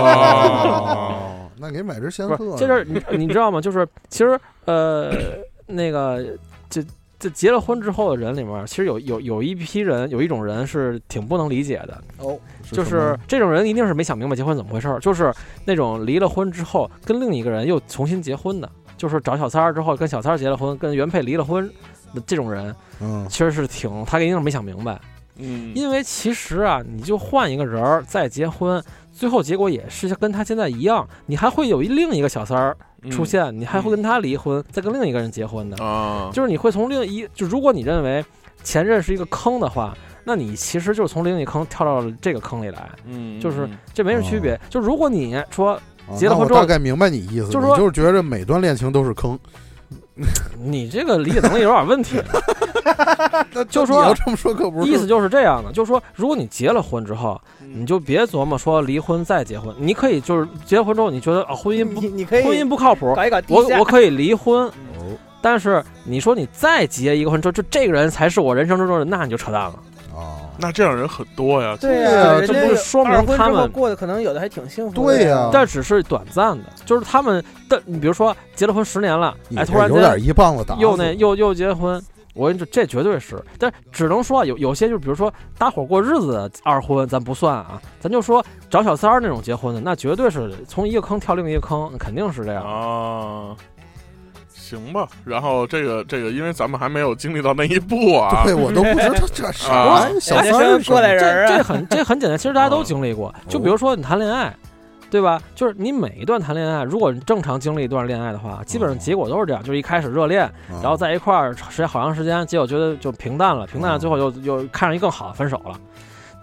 E: 哦，那给买只仙
D: 不
E: 鹤
D: 是，，这事儿你 你知道吗？就是其实呃，那个这这结了婚之后的人里面，其实有有有一批人，有一种人是挺不能理解的，
E: 哦，
D: 就是这种人一定是没想明白结婚怎么回事儿，就是那种离了婚之后跟另一个人又重新结婚的，就是找小三儿之后跟小三儿结了婚，跟原配离了婚的这种人，
E: 嗯，
D: 其实是挺他一定是没想明白，
C: 嗯，
D: 因为其实啊，你就换一个人儿再结婚，最后结果也是跟他现在一样，你还会有一另一个小三儿
C: 嗯
D: 出现，你还会跟他离婚，再跟另一个人结婚的，
C: 啊，
D: 就是你会从另一就如果你认为前任是一个坑的话，那你其实就是从另一坑跳到这个坑里来。
C: 嗯
D: 就是这没什么区别。就如果你说
E: 啊
D: 结了
E: 那
D: 婚
E: 我
D: 之后
E: 大概明白你意思，
D: 就是
E: 你
D: 说
E: 就是觉着每段恋情都是 坑。
D: 你这个理解能力有点问题，
E: 那
D: 就
E: 你
D: 说
E: 要这么说，可不是
D: 意思就是这样的，就是说，如果你结了婚之后，
C: 嗯
F: 嗯
D: 你就别琢磨说离婚再结婚，你可以就是结婚之后，你觉得啊婚姻不
B: 你你可以
D: 婚姻不靠谱，
B: 搞一搞地
D: 我
B: 下
D: 我可以离婚，
E: 哦
D: 但是你说你再结一个婚，就就这个人才是我人生之中的，那你就扯淡了。
E: 啊，
C: 那这样人很多呀。
B: 对
E: 对
B: 呀
E: 啊，
B: 人
D: 这
B: 家
D: 不是
B: 有
D: 说明
B: 二婚之
D: 他
B: 后
D: 们
B: 过得可能有的还挺幸福的。
E: 对呀，
D: 但只是短暂的，就是他们但你比如说结了婚十年了，
E: 你
D: 哎，
E: 这
D: 突然
E: 有
D: 间
E: 点一棒子打死，
D: 又那又又结婚，我跟你说，这绝对是。但只能说啊有有些就比如说搭伙过日子的二婚，咱不算啊，咱就说找小三儿那种结婚的，那绝对是从一个坑跳另一个坑，肯定是这样。
C: 啊，行吧。然后这个这个，因为咱们还没有经历到那一步啊。
E: 对我都不知 道这什
C: 啊
E: 么小
B: 人家
E: 三儿
B: 是
E: 是
B: 过来
E: 什
B: 人
D: 这
B: 儿
D: 这
B: 啊，
D: 很这很简单，其实大家都经历过。就比如说你谈恋爱，对吧？就是你每一段谈恋爱，如果你正常经历一段恋爱的话，基本上结果都是这样，就是一开始热恋，
E: 么，
D: 然后在一块儿时间好长时间，结果觉得就平淡了，平
E: 嗯
D: 淡了最后又又看上一更好分手了。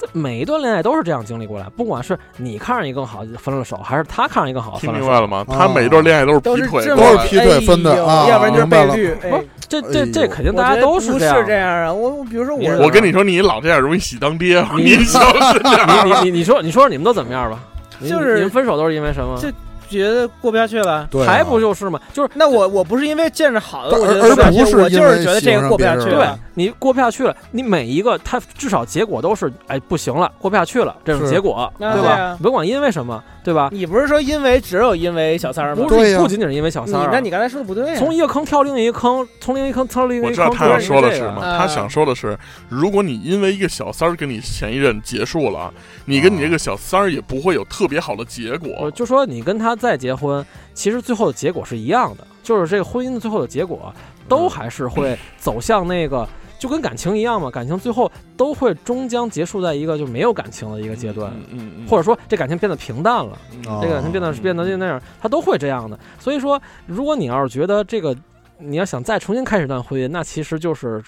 D: 这每一段恋爱都是这样经历过来，不管是你看上一更好分了手，还是他看上一更好 啊
C: 听
D: 分了
C: 明
D: 手，
C: 白了吗？他每一段恋爱都是
B: 都
C: 劈
B: 是
C: 腿
B: 这
C: 过
B: 么
C: 来的，
E: 都是劈腿分的
B: 哎呦
E: 啊
B: 要不然就是
E: 明白
B: 被
E: 了
B: 绿。
D: 不
B: 哎
D: 是，这这这
E: 哎呦
D: 肯定
B: 我觉
D: 大家
B: 得
D: 都
B: 不
D: 是
B: 是
D: 这样的。
B: 样啊。我我比如说
D: 你
B: 我，
C: 我跟你说，你老这样容易喜当爹，啊
D: 你
C: 你就是这样。
D: 你你你说你说你们都怎么样吧？你
B: 就是
D: 你们分手都是因为什么？
B: 就觉得过不下去了。
E: 对啊
D: 还不就是嘛？就是
B: 那我我不是因为见着好的，
E: 但
B: 我觉得
E: 而
B: 过不下
E: 而不
B: 去
E: 是
B: 我
E: 因
B: 就
E: 为
B: 是觉得
E: 喜
B: 这
E: 欢
B: 个过不下
E: 别
B: 去
E: 人
D: 对
B: 了。
D: 你过不下去了，你每一个他至少结果都是哎不行了，过不下去了这种
E: 是
D: 结果，
B: 那
D: 对
B: 对
D: 吧
B: 啊？
D: 甭管因为什么，对吧？
B: 你不是说因为只有因为小三儿吗
D: 不？
E: 对
D: 是
E: 呀
D: 不仅仅是因为小
B: 你
D: 三儿啊，
B: 那你刚才说的不
C: 哎
B: 对呀。
D: 从一个坑跳另一个坑，从另一个坑跳另一个
C: 我
D: 坑，
C: 知道他想
D: 突然间
C: 说的
D: 这
C: 是什
D: 个
C: 么，
B: 啊
C: 他想说的是，如果你因为一个小三儿跟你前一任结束
D: 啊
C: 了，你跟你这个小三儿也不会有特别好的结
D: 我
C: 果。
D: 就说你跟他再结婚，其实最后的结果是一样的，就是这个婚姻的最后的结果都还是会走向那个，就跟感情一样嘛，感情最后都会终将结束在一个就没有感情的一个阶段，
C: 嗯嗯嗯，
D: 或者说这感情变得平淡了。
C: 嗯
D: 这个感情变得变得就那样，他都会这样的。所以说，如果你要是觉得这个，你要想再重新开始一段婚姻，那其实就是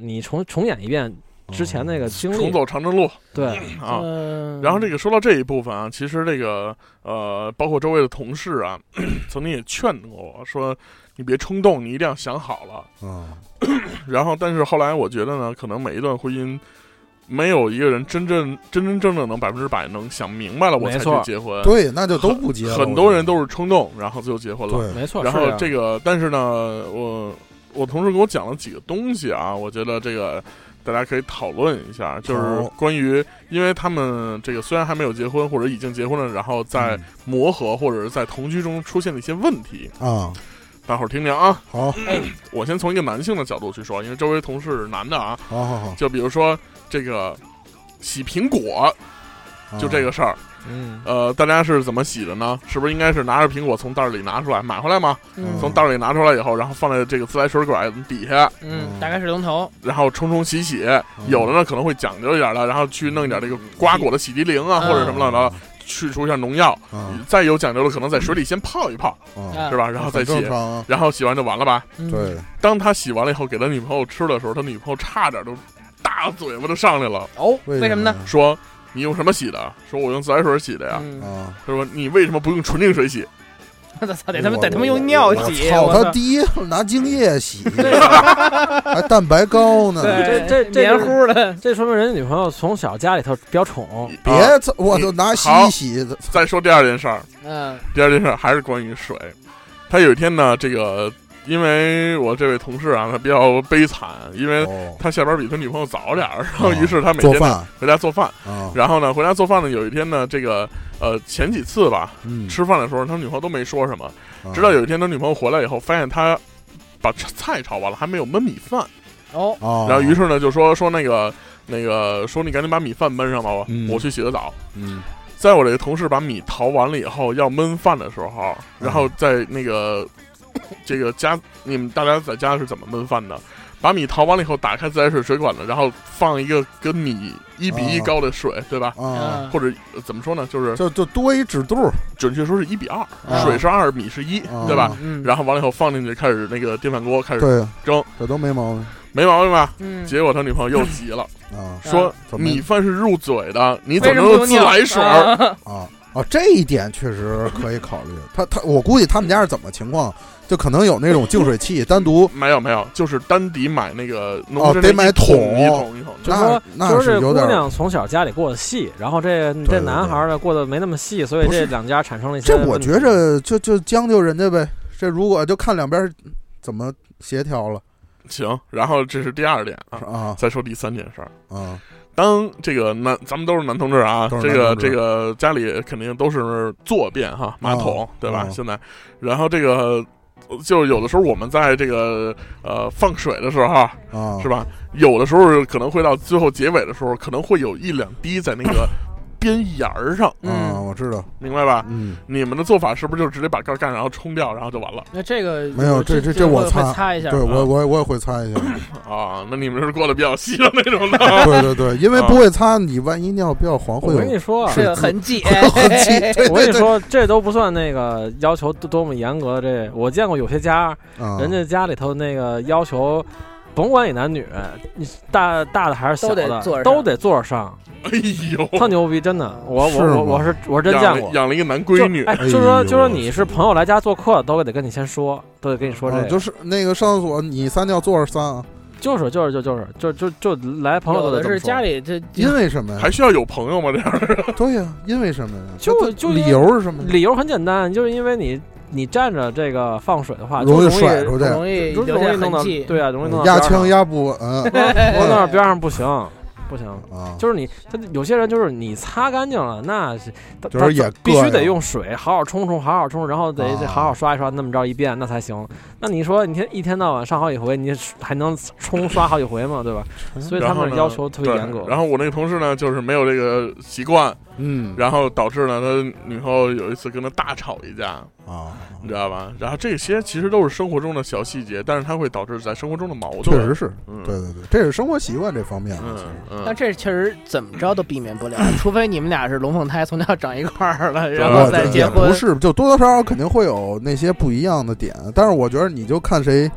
D: 你重重演一遍
E: 嗯
D: 之前那个经历。
C: 重走长征路
D: 对，
C: 啊。
B: 嗯，
C: 然后这个说到这一部分啊，其实这个呃，包括周围的同事啊， 曾经也劝过我说，你别冲动，你一定要想好了。
E: 嗯，
C: 然后，但是后来我觉得呢，可能每一段婚姻，没有一个人真正真真正正能百分之百能想明白了，我才
D: 没
C: 去
D: 错
C: 结婚。
E: 对，那就都不结了，
C: 很多人都是冲动，然后就结婚了。
E: 对，嗯
D: 没错。
C: 然
D: 是
C: 后
E: 啊
D: 样
C: 这个，但是呢，我我同事给我讲了几个东西啊，我觉得这个大家可以讨论一下，就是
E: 好
C: 关于，因为他们这个虽然还没有结婚或者已经结婚了，然后在
E: 嗯
C: 磨合或者是在同居中出现的一些问题，
E: 啊，
C: 大伙儿听听啊。
E: 好，
C: 我先从一个男性的角度去说，因为周围同事是男的啊，
E: 好好好，
C: 就比如说这个洗苹果
E: 啊
C: 就这个事儿，
D: 嗯，
C: 呃，大家是怎么洗的呢？是不是应该是拿着苹果从袋儿里拿出来，买回来吗？
B: 嗯
C: 从袋儿里拿出来以后，然后放在这个自来水管底下，
B: 嗯，打开水龙头，
C: 然后冲冲洗洗。
B: 嗯
E: 嗯
C: 有的呢可能会讲究一点的，然后去弄一点这个瓜果的洗涤灵啊，或
B: 嗯
C: 者什么乱七八糟，去除一下农药。
E: 嗯
C: 再有讲究的，可能在水里先泡一泡，
E: 嗯，
B: 啊
C: 是吧？然后再
E: 很
C: 洗
E: 正，常啊，
C: 然后洗完就完了吧。
B: 嗯，
E: 对，
C: 当他洗完了以后给他女朋友吃的时候，他女朋友差点都大嘴巴就上来了，
B: 哦，
E: 为
B: 为什么呢？
C: 说：“你用什么洗的？”说：“我用自来水洗的呀。
E: 呢？
B: 嗯，
E: 啊，
C: 他说：“你为什么不用纯净水洗？”
B: 我操，得他妈
E: 哎我
B: 得他妈用尿洗，
E: 我
B: 我
E: 操，他第一拿精液洗，还蛋白膏呢，
B: 对，
D: 这这这
B: 黏
D: 就是
B: 糊的，
D: 这说明人家女朋友从小家里头比较宠，
C: 啊
E: 别操，我就拿洗
C: 好
E: 一洗，
C: 再说第二件事儿，
B: 嗯
C: 第二件事儿还是关于水。他有一天呢，这个因为我这位同事啊，他比较悲惨，因为
E: 哦
C: 嗯他下班比他女朋友早点儿，然后
E: 哦
C: 于是他每
E: 做
C: 天呢
E: 饭
C: 回家做饭，
E: 啊，
C: 然后呢回家做饭呢，有一天呢，这个呃前几次吧，
E: 嗯，
C: 吃饭的时候他女朋友都没说什么，
E: 啊
C: 直到有一天他女朋友回来以后，发现他把菜炒完了，还没有焖米饭，
B: 哦，
E: 哦，
C: 然后于是呢就说说那个那个说你赶紧把米饭焖上吧，我
E: 嗯
C: 我去洗个澡。
E: 嗯
C: 在我这个同事把米淘完了以后要焖饭的时候，
E: 嗯
C: 然后在那个这个家，你们大家在家是怎么焖饭的？把米淘完了以后，打开自来水水管子，然后放一个跟米一比一
E: 啊
C: 高的水，对吧？
B: 嗯
E: 啊，
C: 或者、呃怎么说呢？就是
E: 就就多一指肚儿，
C: 准确说是一比二、
B: 啊
C: 水是二，米是一、
E: 啊
C: 对吧？
B: 嗯，
C: 然后完了以后放进去，开始那个电饭锅开始
E: 对，
C: 蒸，
E: 这都没毛病
C: 没毛病吧？
B: 嗯，
C: 结果他女朋友又急了，
E: 啊
C: 说
E: 怎么
C: 米饭是入嘴的，你怎
B: 为
C: 么
B: 什
C: 能用
B: 么用
C: 自
B: 尿
C: 来水儿？
B: 啊
E: 啊啊，这一点确实可以考虑。他他，我估计他们家是怎么情况？就可能有那种净水器单独，
C: 没有没有，就是单独买那个农
E: 哦
C: 村那
E: 得
C: 一
E: 买
C: 桶
E: 桶
C: 一桶一桶的。
D: 就
E: 那
D: 说
E: 那
D: 就是这
E: 有
D: 姑
E: 点儿
D: 娘从小家里过得细，然后这
E: 对
D: 这
E: 对
D: 男孩儿呢过得没那么细，所以
E: 不是
D: 这两家产生了一些
E: 这我
D: 问题
E: 觉着就就将就人家呗。这如果就看两边儿怎么协调了
C: 行，然后这是第二点啊，
E: 啊
C: 再说第三件事儿。
E: 啊
C: 当这个男，咱们都是男同志啊，
E: 都是
C: 这
E: 男
C: 个
E: 同志
C: 这个家里肯定都是坐便哈，马桶、对吧？
E: 哦
C: 现在，然后这个就有的时候我们在这个呃放水的时候
E: 啊！
C: 是吧？有的时候可能会到最后结尾的时候，可能会有一两滴在那 个边沿儿上，
E: 啊，
B: 嗯，
E: 我知道，
C: 明白吧？
E: 嗯，
C: 你们的做法是不是就直接把盖儿盖，然后冲掉，然后就完了？
B: 那这个
E: 没有这这
B: 这
E: 这我
B: 会
E: 擦
B: 会擦一下，啊
E: 对
D: 嗯
E: 我我我也会擦 一下，
C: 啊，那你们是过得比较细的那种 的。
E: 对对对，因为
C: 啊
E: 不会擦，你万一尿比较黄会
D: 我
E: 有
D: 跟你说啊，
B: 这个痕 迹，哎
E: 痕迹，对
D: 我跟
E: 对对，
D: 你说，这都不算那个要求多多么严格的。这我见过有些家，
E: 啊
D: 人家家里头那个要求，甭管你男女，你大大的还是小
B: 都得坐着上
D: 的，都得坐着上，
C: 哎呦，
D: 特牛逼，真的。我
E: 哦是
D: 我我
E: 吗
D: 我是我是真
C: 养
D: 见
C: 了
D: 过。
C: 养了一个男
D: 就
C: 闺女，
D: 哎，
E: 哎
D: 就说
E: 呦
D: 就说你是朋友来家做客，都得跟你先说，都得跟你说这
E: 啊
D: 个，
E: 就是那个上厕所你撒尿坐着撒啊，
D: 就是就是就就是就就就来朋友
B: 有
D: 都
B: 的
D: 得这么
B: 是
D: 说
B: 家里这
E: 因为什么呀
C: 还？需要有朋友吗？这样的
E: 对呀，因为什么呀？
D: 就
E: 那它
D: 就
E: 理
D: 因为
E: 由是什么呀？
D: 理由很简单，就是因为你你站着这个放水的话，就
E: 容易
D: 易
E: 甩出去，
B: 容易
D: 容
B: 留
D: 容易
B: 下
D: 弄到
B: 痕迹，
D: 对啊，容易弄到
E: 压
D: 边
E: 枪
D: 上
E: 压不稳，
D: 弄到边上不行不行，
E: 啊，
D: 就是你他有些人就是你擦干净了，那是他
E: 就是
D: 他
E: 也
D: 必
E: 膈
D: 须
E: 应
D: 得用水好好冲冲，好好冲，然后得得
E: 啊
D: 好好刷一刷，那么着一遍那才行。那你说你天一天到晚上好几回，你还能冲刷好几回吗？对吧？所以他
C: 然后
D: 们
C: 呢
D: 要求特别
C: 对
D: 严格。
C: 然后我那个同事呢，就是没有这个习惯，
E: 嗯
C: 然后导致呢，他女朋友有一次跟他大吵一架，
E: 啊，
C: 你知道吧？然后这些其实都是生活中的小细节，但是它会导致在生活中的矛盾。
E: 确实，是，
C: 嗯，
E: 对对对，这是生活习惯这方面的，其
C: 嗯
E: 实
B: 但
C: 嗯，
B: 这确实怎么着都避免不 了，除非你们俩是龙凤胎，从小长一块儿了，然
C: 对
B: 后
E: 我
B: 再
E: 觉得
B: 结
E: 也
B: 婚
E: 不。是，就多多少少肯定会有那些不一样的点，但是我觉得你就看谁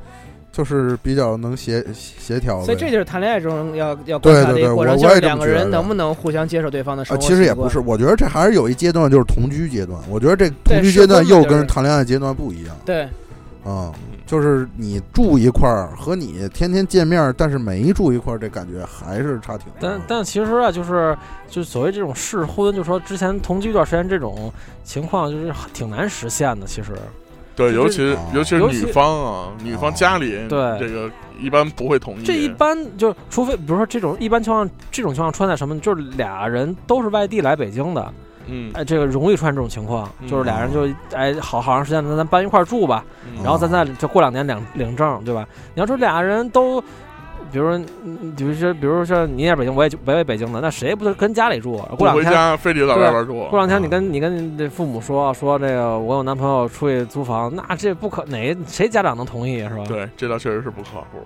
E: 就是比较能协协调呗，
B: 所以这就是谈恋爱中要要观察的
E: 对对
B: 一
E: 对
B: 个过程，
E: 我
B: 就
E: 我也
B: 是
E: 这么
B: 两个
E: 觉得
B: 人能不能互相接受对方的
E: 啊，
B: 生活习
E: 其
B: 惯。
E: 实也不是，我觉得这还是有一阶段，就是同居阶段。我觉得这
B: 对
E: 同居
B: 适
E: 阶段
B: 婚
E: 又
B: 就是
E: 跟谈恋爱阶段不一样
B: 对，
E: 啊、就是你住一块儿和你天天见面儿，但是没住一块儿，这感觉还是差挺多
D: 但。但其实啊，就是就所谓这种试婚，就说之前同居一段时间这种情况，就是挺难实现的。其实，
C: 对，
D: 就
C: 尤其
E: 啊
C: 尤其是
D: 尤其
C: 女方啊，女
E: 哦
C: 方家里
D: 对
C: 这个一般不会同意。
D: 这一般就除非比如说这种一般情况，这种情况出现在什么？就是俩人都是外地来北京的，
C: 嗯，
D: 哎，这个容易出现这种情况，
C: 嗯
D: 就是俩人就哎好好长时间了，那咱搬一块儿住吧，
C: 嗯
D: 然后咱再就过两年领领证，对吧？你要说俩人都比如说，嗯比如说，比如说你也是北京，我也就我也北京的，那谁不是跟家里住啊？
C: 不
D: 过两
C: 回
D: 天，
C: 家非得在外边住，
D: 过两天你
E: 啊
D: 跟你跟这父母说啊说这个，我有男朋友出去租房，那这不可哪谁家长能同意啊是吧？
C: 对，这倒确实是不靠谱。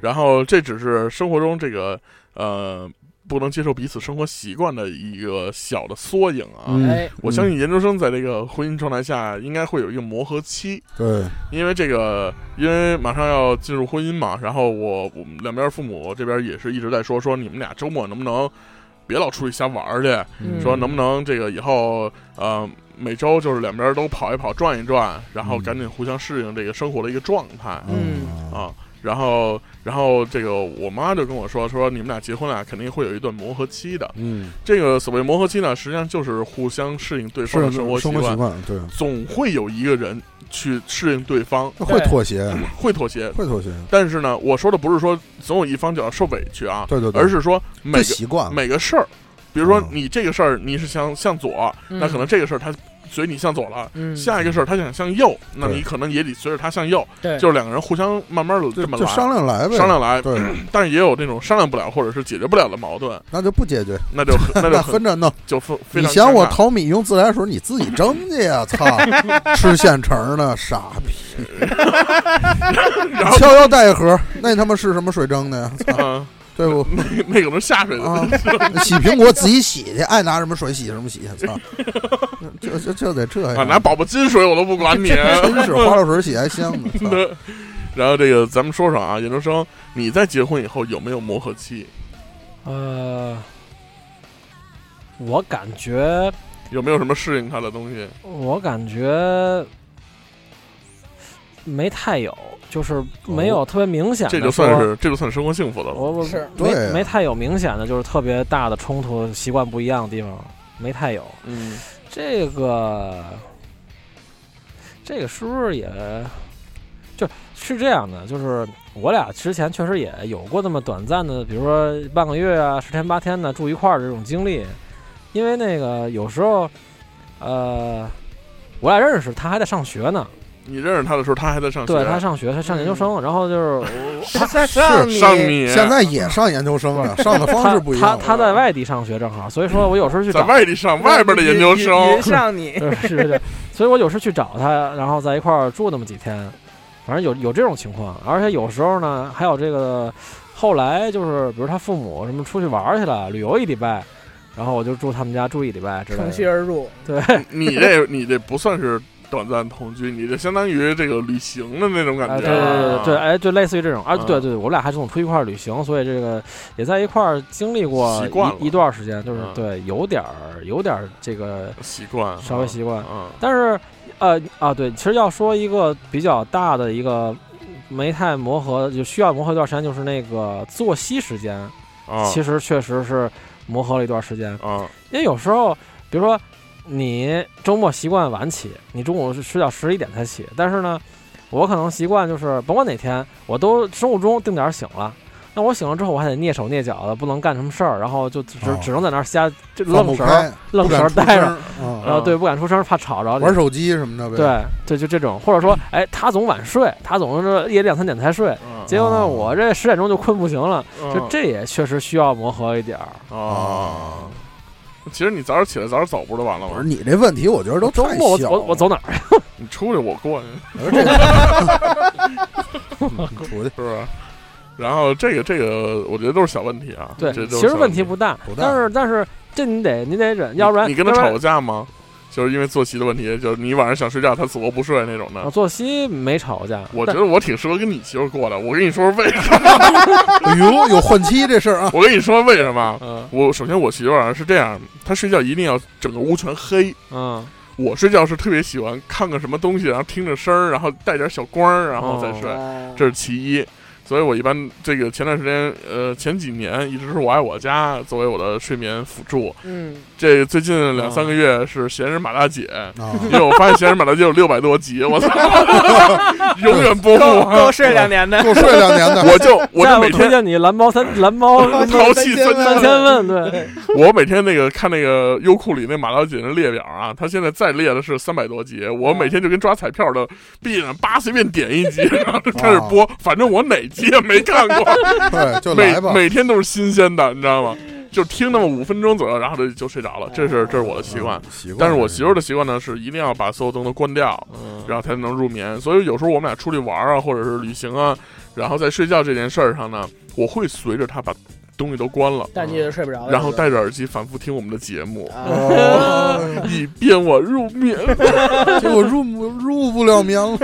C: 然后这只是生活中这个呃不能接受彼此生活习惯的一个小的缩影啊。
E: 嗯
B: 哎
C: 我相信研究生在这个婚姻状态下应该会有一个磨合期，
E: 对，
C: 因为这个，因为马上要进入婚姻嘛，然后我我们两边父母这边也是一直在说说你们俩周末能不能别老出去瞎玩儿去，
B: 嗯
C: 说能不能这个以后呃每周就是两边都跑一跑转一转，然后赶紧互相适应这个生活的一个状态
B: 嗯
E: 啊，
C: 啊。然后，然后这个我妈就跟我说说你们俩结婚啊了肯定会有一段磨合期的。
E: 嗯，
C: 这个所谓磨合期呢，实际上就是互相适应对方的
E: 是
C: 生活习
E: 生活习
C: 惯，
E: 惯，对，
C: 总会有一个人去适应对方，
E: 会妥协，
C: 会妥协。
E: 会妥协，
C: 但是呢，我说的不是说总有一方就要受委屈啊，
E: 对对对，
C: 而是说每
E: 这
C: 个
E: 习惯了，
C: 每个事儿，比如说
E: 嗯
C: 你这个事儿你是想向左，那可能这个事儿他随你向左了。
B: 嗯
C: 下一个事儿他想向右，那
E: 对
C: 你可能也得随着他向右，
B: 对
C: 就是两个人互相慢慢的
E: 就
C: 这么
E: 就
C: 来
E: 商量来呗，
C: 商，量来，
E: 啊对，
C: 但是也有那种商量不了或者是解决不了的矛盾，
E: 那就不解决，
C: 那就很那就
E: 那
C: 很
E: 分着弄。
C: 就非非
E: 你
C: 常
E: 想我
C: 尴尬
E: 淘米用自来水，你自己蒸去呀！ 操，吃现成的，傻逼！
C: 然后
E: 敲腰带一盒，那他妈是什么水蒸的呀？操，
C: 嗯，
E: 对不？
C: 那那个能下水的，
E: 啊， 洗苹果自己洗去，爱拿什么水洗什么洗，操， 就就就得这
C: 啊，
E: 样，
C: 拿宝宝金水我都不管你。啊
E: 真 是花露水洗还香呢，操
C: 然后这个咱们说说啊，研究生，你在结婚以后有没有磨合期？
D: 呃，我感觉，
C: 有没有什么适应他的东西？
D: 我感觉没太有，就是没有特别明显的
C: 哦这
D: 说、哦
C: 就算是这就算是生活幸福的了。
D: 我我
B: 是
D: 没
E: 对啊
D: 没太有明显的，就是特别大的冲突、习惯不一样的地方，没太有。
C: 嗯，
D: 这个，这个是不是也，就是这样的？就是我俩之前确实也有过那么短暂的，比如说半个月啊、十天八天的住一块儿的这种经历，因为那个有时候，呃，我俩认识，他还在上学呢，
C: 你认识他的时候，他还在上学，
D: 对他上学，他上研究生，
E: 嗯
D: 然后就是
B: 他在上你
C: 上你啊
E: 现在也上研究生 了，上的方式不一
D: 他
E: 样
D: 他在外地上学，正好，所以说我有时候去
C: 在
D: 找，
C: 外地上外边的研究生，
B: 云云上 你，
D: 是是是，所以我有时去找他，然后在一块儿住那么几天，反正有有这种情况，而且有时候呢，还有这个后来就是，比如他父母什么出去玩儿去了，旅游一礼拜，然后我就住他们家住一礼拜之类
B: 乘虚
D: 的。啊
B: 而入，
C: 你这你这不算是短暂同居，你这相当于这个旅行的那种感
D: 啊，对
C: 觉。
D: 对对对对，哎，就类似于这种啊，
C: 嗯
D: 对对，对我俩还总出去一块儿旅行，所以这个也在一块儿经历过
C: 习惯
D: 一
C: 了
D: 一段时间，就是
C: 嗯
D: 对，有点儿有点儿这个
C: 习惯
D: 稍微习惯，
C: 嗯，
D: 但是，呃啊，对，其实要说一个比较大的一个没太磨合，就需要磨合一段时间，就是那个作息时间，
C: 啊
D: 其实确实是磨合了一段时间，
C: 啊，
D: 因为有时候，比如说你周末习惯晚起，你中午是睡到十一点才起，但是呢，我可能习惯就是甭管哪天，我都生物钟定点儿醒了。那我醒了之后，我还得蹑手蹑脚的，不能干什么事儿，然后就只、
E: 哦
D: 只能在那儿瞎就
E: 放
D: 愣
E: 不
D: 神儿，
E: 开，
D: 愣
E: 不
D: 神
E: 敢
D: 儿
E: 出
D: 待
E: 声儿
D: 着，然
E: 啊，
D: 后哦哎对，不敢出声儿，怕吵着。
E: 玩手机什么的呗，
D: 对对，就这种，或者说，哎，他总晚睡，他总是夜里两三点才睡，
C: 嗯
D: 结果
E: 哦
D: 呢，我这十点钟就困不行了，
C: 嗯
D: 就这也确实需要磨合一点儿。
C: 啊。其实你早点起来，早点走不就完了
E: 不
C: 吗
E: 是？你这问题，我觉得都
D: 周
E: 太
D: 末我
E: 小
D: 我我走哪儿？
C: 你出去我过去，
E: 了， 这个出去
C: 是不是？然后这个这个，我觉得都是小问题啊。
D: 对
C: 这，都是
D: 其实
C: 小
D: 问
C: 题
D: 题不大
E: 不，大
D: 但是但是这你得你得忍，要不然
C: 你你跟他
D: 要不
C: 吵
D: 然
C: 过架吗？就是因为作息的问题，就是你晚上想睡觉，他死活不睡那种的
D: 啊。作息没吵过架，
C: 我觉
D: 但
C: 得我挺适合跟你媳妇儿过的。我跟你说为，，
E: 哎呦，有换妻这事儿啊
C: 我跟你说为什么？
D: 嗯
C: 我首先我媳妇儿啊是这样，她睡觉一定要整个屋全黑。
D: 嗯，
C: 我睡觉是特别喜欢看个什么东西，然后听着声儿，然后带点小光儿，然后再睡，
B: 哦
C: 这是其一。所以我一般这个前段时间，呃，前几年一直是我爱我家作为我的睡眠辅助。
B: 嗯，
C: 这最近两三个月是闲人马大 姐，
E: 啊，
C: 因为我发现闲人马大姐有六百多集，我操，永远 播不
B: 够
C: 完。
B: 够睡两年的，
E: 够睡两年的，
C: 我就我
D: 再
C: 就
D: 我
C: 每
D: 推
C: 天
D: 荐你蓝猫三蓝 猫
C: 淘气三
D: 三
C: 千
D: 千问，对，
C: 我每天那个看那个优酷里那马大姐那列表啊，她现在再列的是三百多集，我每天就跟抓彩票的，闭上叭随便点一集，然后就开始播，反正我哪集集也没看过，
E: 对，就
C: 每
E: 来吧。
C: 每天都是新鲜的，你知道吗？就听那么五分钟左右，然后就就睡着
E: 哎
C: 了，这是这是我的习惯
E: 嗯。，习惯。
C: 但是我媳妇儿的习惯呢，是一定要把所有灯都关掉，
D: 嗯，
C: 然后才能入眠。所以有时候我们俩出去玩啊，或者是旅行啊，然后在睡觉这件事儿上呢，我会随着她把东西都关了，
B: 但你就睡不着了。
C: 然后
B: 是吧
C: 戴着耳机反复听我们的节目，
B: 啊，
E: 哦，
C: 以便我入 眠。
E: 结果入不入不了眠了。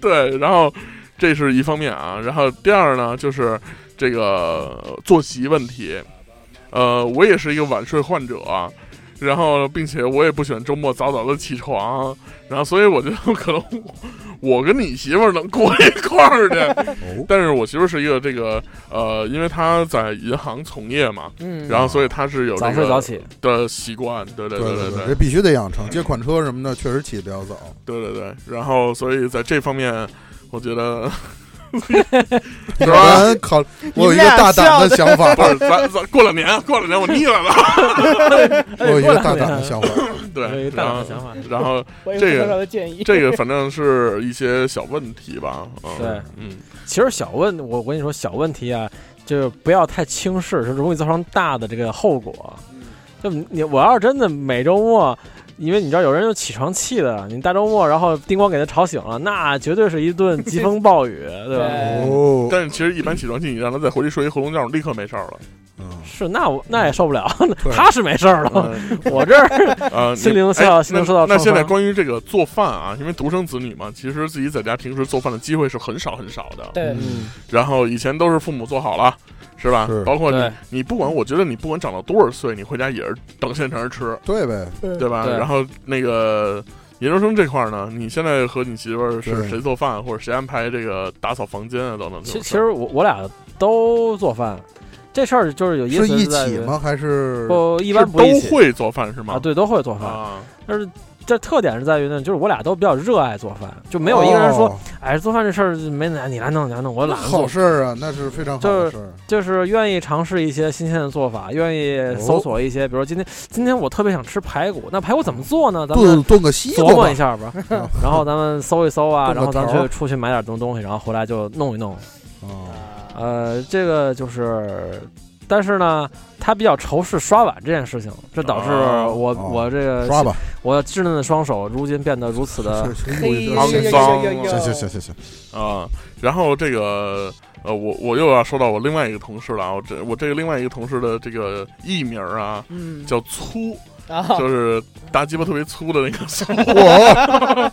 C: 对，然后这是一方面啊，然后第二呢，就是这个呃作息问题。呃，我也是一个晚睡患者啊、然后并且我也不喜欢周末早早的起床，然后所以我就 可能我跟你媳妇儿能过一块儿去，
E: 哦，
C: 但是我媳妇儿是一个这个呃，因为她在银行从业嘛，
B: 嗯，
C: 然后所以她是有
D: 早
C: 这
D: 睡早
C: 个
D: 起，
C: 的习惯，对对
E: 对
C: 对
E: 对
C: 对
E: 这必须得养成。接款车什么的，确实起不了早。
C: 对对对，然后所以在这方面，我觉 得。吧
E: 要不然考，我有一个大胆的想法
C: 不，是，咱咱过两年，啊过两年我腻 歪了。
E: 我有一个大胆的想法。
D: 有
C: 对
D: 一，个大
C: 然
D: 胆的
C: 后
D: 想法。
C: 然后
B: 我
C: 这个
B: 的建议，
C: 这个反正是一些小问题吧。嗯、
D: 对，
C: 嗯，
D: 其实小问，我跟你说小问题啊，就是不要太轻视，就容易造成大的这个后果。就你我要是真的每周末，因为你知道有人有起床气的，你大周末然后叮咣给他吵醒了，那绝对是一顿疾风暴雨， 哎对吧？
B: 对，
E: 哦，
C: 但是其实一般起床气，你让他再回去睡一回笼觉，立刻没事儿 了。
E: 嗯，
D: 是，那我那也受不了。
E: 对
D: 他是没事儿了，我这 儿
C: 嗯啊，
D: 心
C: 你
D: 灵受到
C: 哎
D: 心灵受到
C: 那那
D: 创
C: 现在
D: 伤
C: 关于这个做饭啊，因为独生子女嘛，其实自己在家平时做饭的机会是很少很少的。
B: 对，
D: 嗯
C: 然后以前都是父母做好了，是吧？
E: 是
C: 包括
D: 对
C: 你，你不管，我觉得你不管长到多少岁，你回家也是等现成吃。
E: 对呗，
C: 对吧？
D: 对
C: 然后那个研究生这块儿呢，你现在和你媳妇儿是
E: 对
C: 谁做饭，或者谁安排这个打扫房间啊等等这
D: 其
C: 种
D: 其
C: 事儿？
D: 实我我俩都做饭，这事儿就是有意思
E: 是一
D: 在
E: 起
D: 于？
E: 吗？还是
D: 不，一般
C: 是
D: 不一
C: 都
D: 起
C: 会做饭是吗？
D: 啊，对，都会做饭。
C: 啊，
D: 但是这特点是在于呢，就是我俩都比较热爱做饭，就没有一个人说，
E: 哦
D: 哎，做饭这事儿没哪你来弄你来弄，我懒得
E: 好
D: 做，
E: 事儿啊，那是非常好的事儿。
D: 就是愿意尝试一些新鲜的做法，愿意
E: 哦
D: 搜索一些，比如说今天今天我特别想吃排骨，那排骨怎么做呢？咱
E: 炖
D: 们
E: 炖个西
D: 琢
E: 瓜
D: 磨
E: 吧，
D: 一 下吧，然后咱们搜一搜啊，
E: 炖个
D: 然后咱们
E: 头儿
D: 去出去买点东东西，然后回来就弄一弄。
E: 啊，
B: 啊，
D: 呃，这个就是，但是呢，他比较仇视刷碗这件事情，这导致
C: 哦
D: 我、
E: 哦
D: 我这个
E: 刷吧，
D: 我稚嫩的双手如今变得如此呃 的
E: 是是
B: 嘿
E: 是
C: 肮
E: 是
C: 脏
E: 行行行，行行，
C: 啊，然后这个呃，我我又要说到我另外一个同事了啊，我这我这个另外一个同事的这个艺名儿啊
B: 嗯，啊
C: 叫粗，
B: 然
D: 啊
B: 后
C: 就是大鸡巴特别粗的那个 粗。
E: 我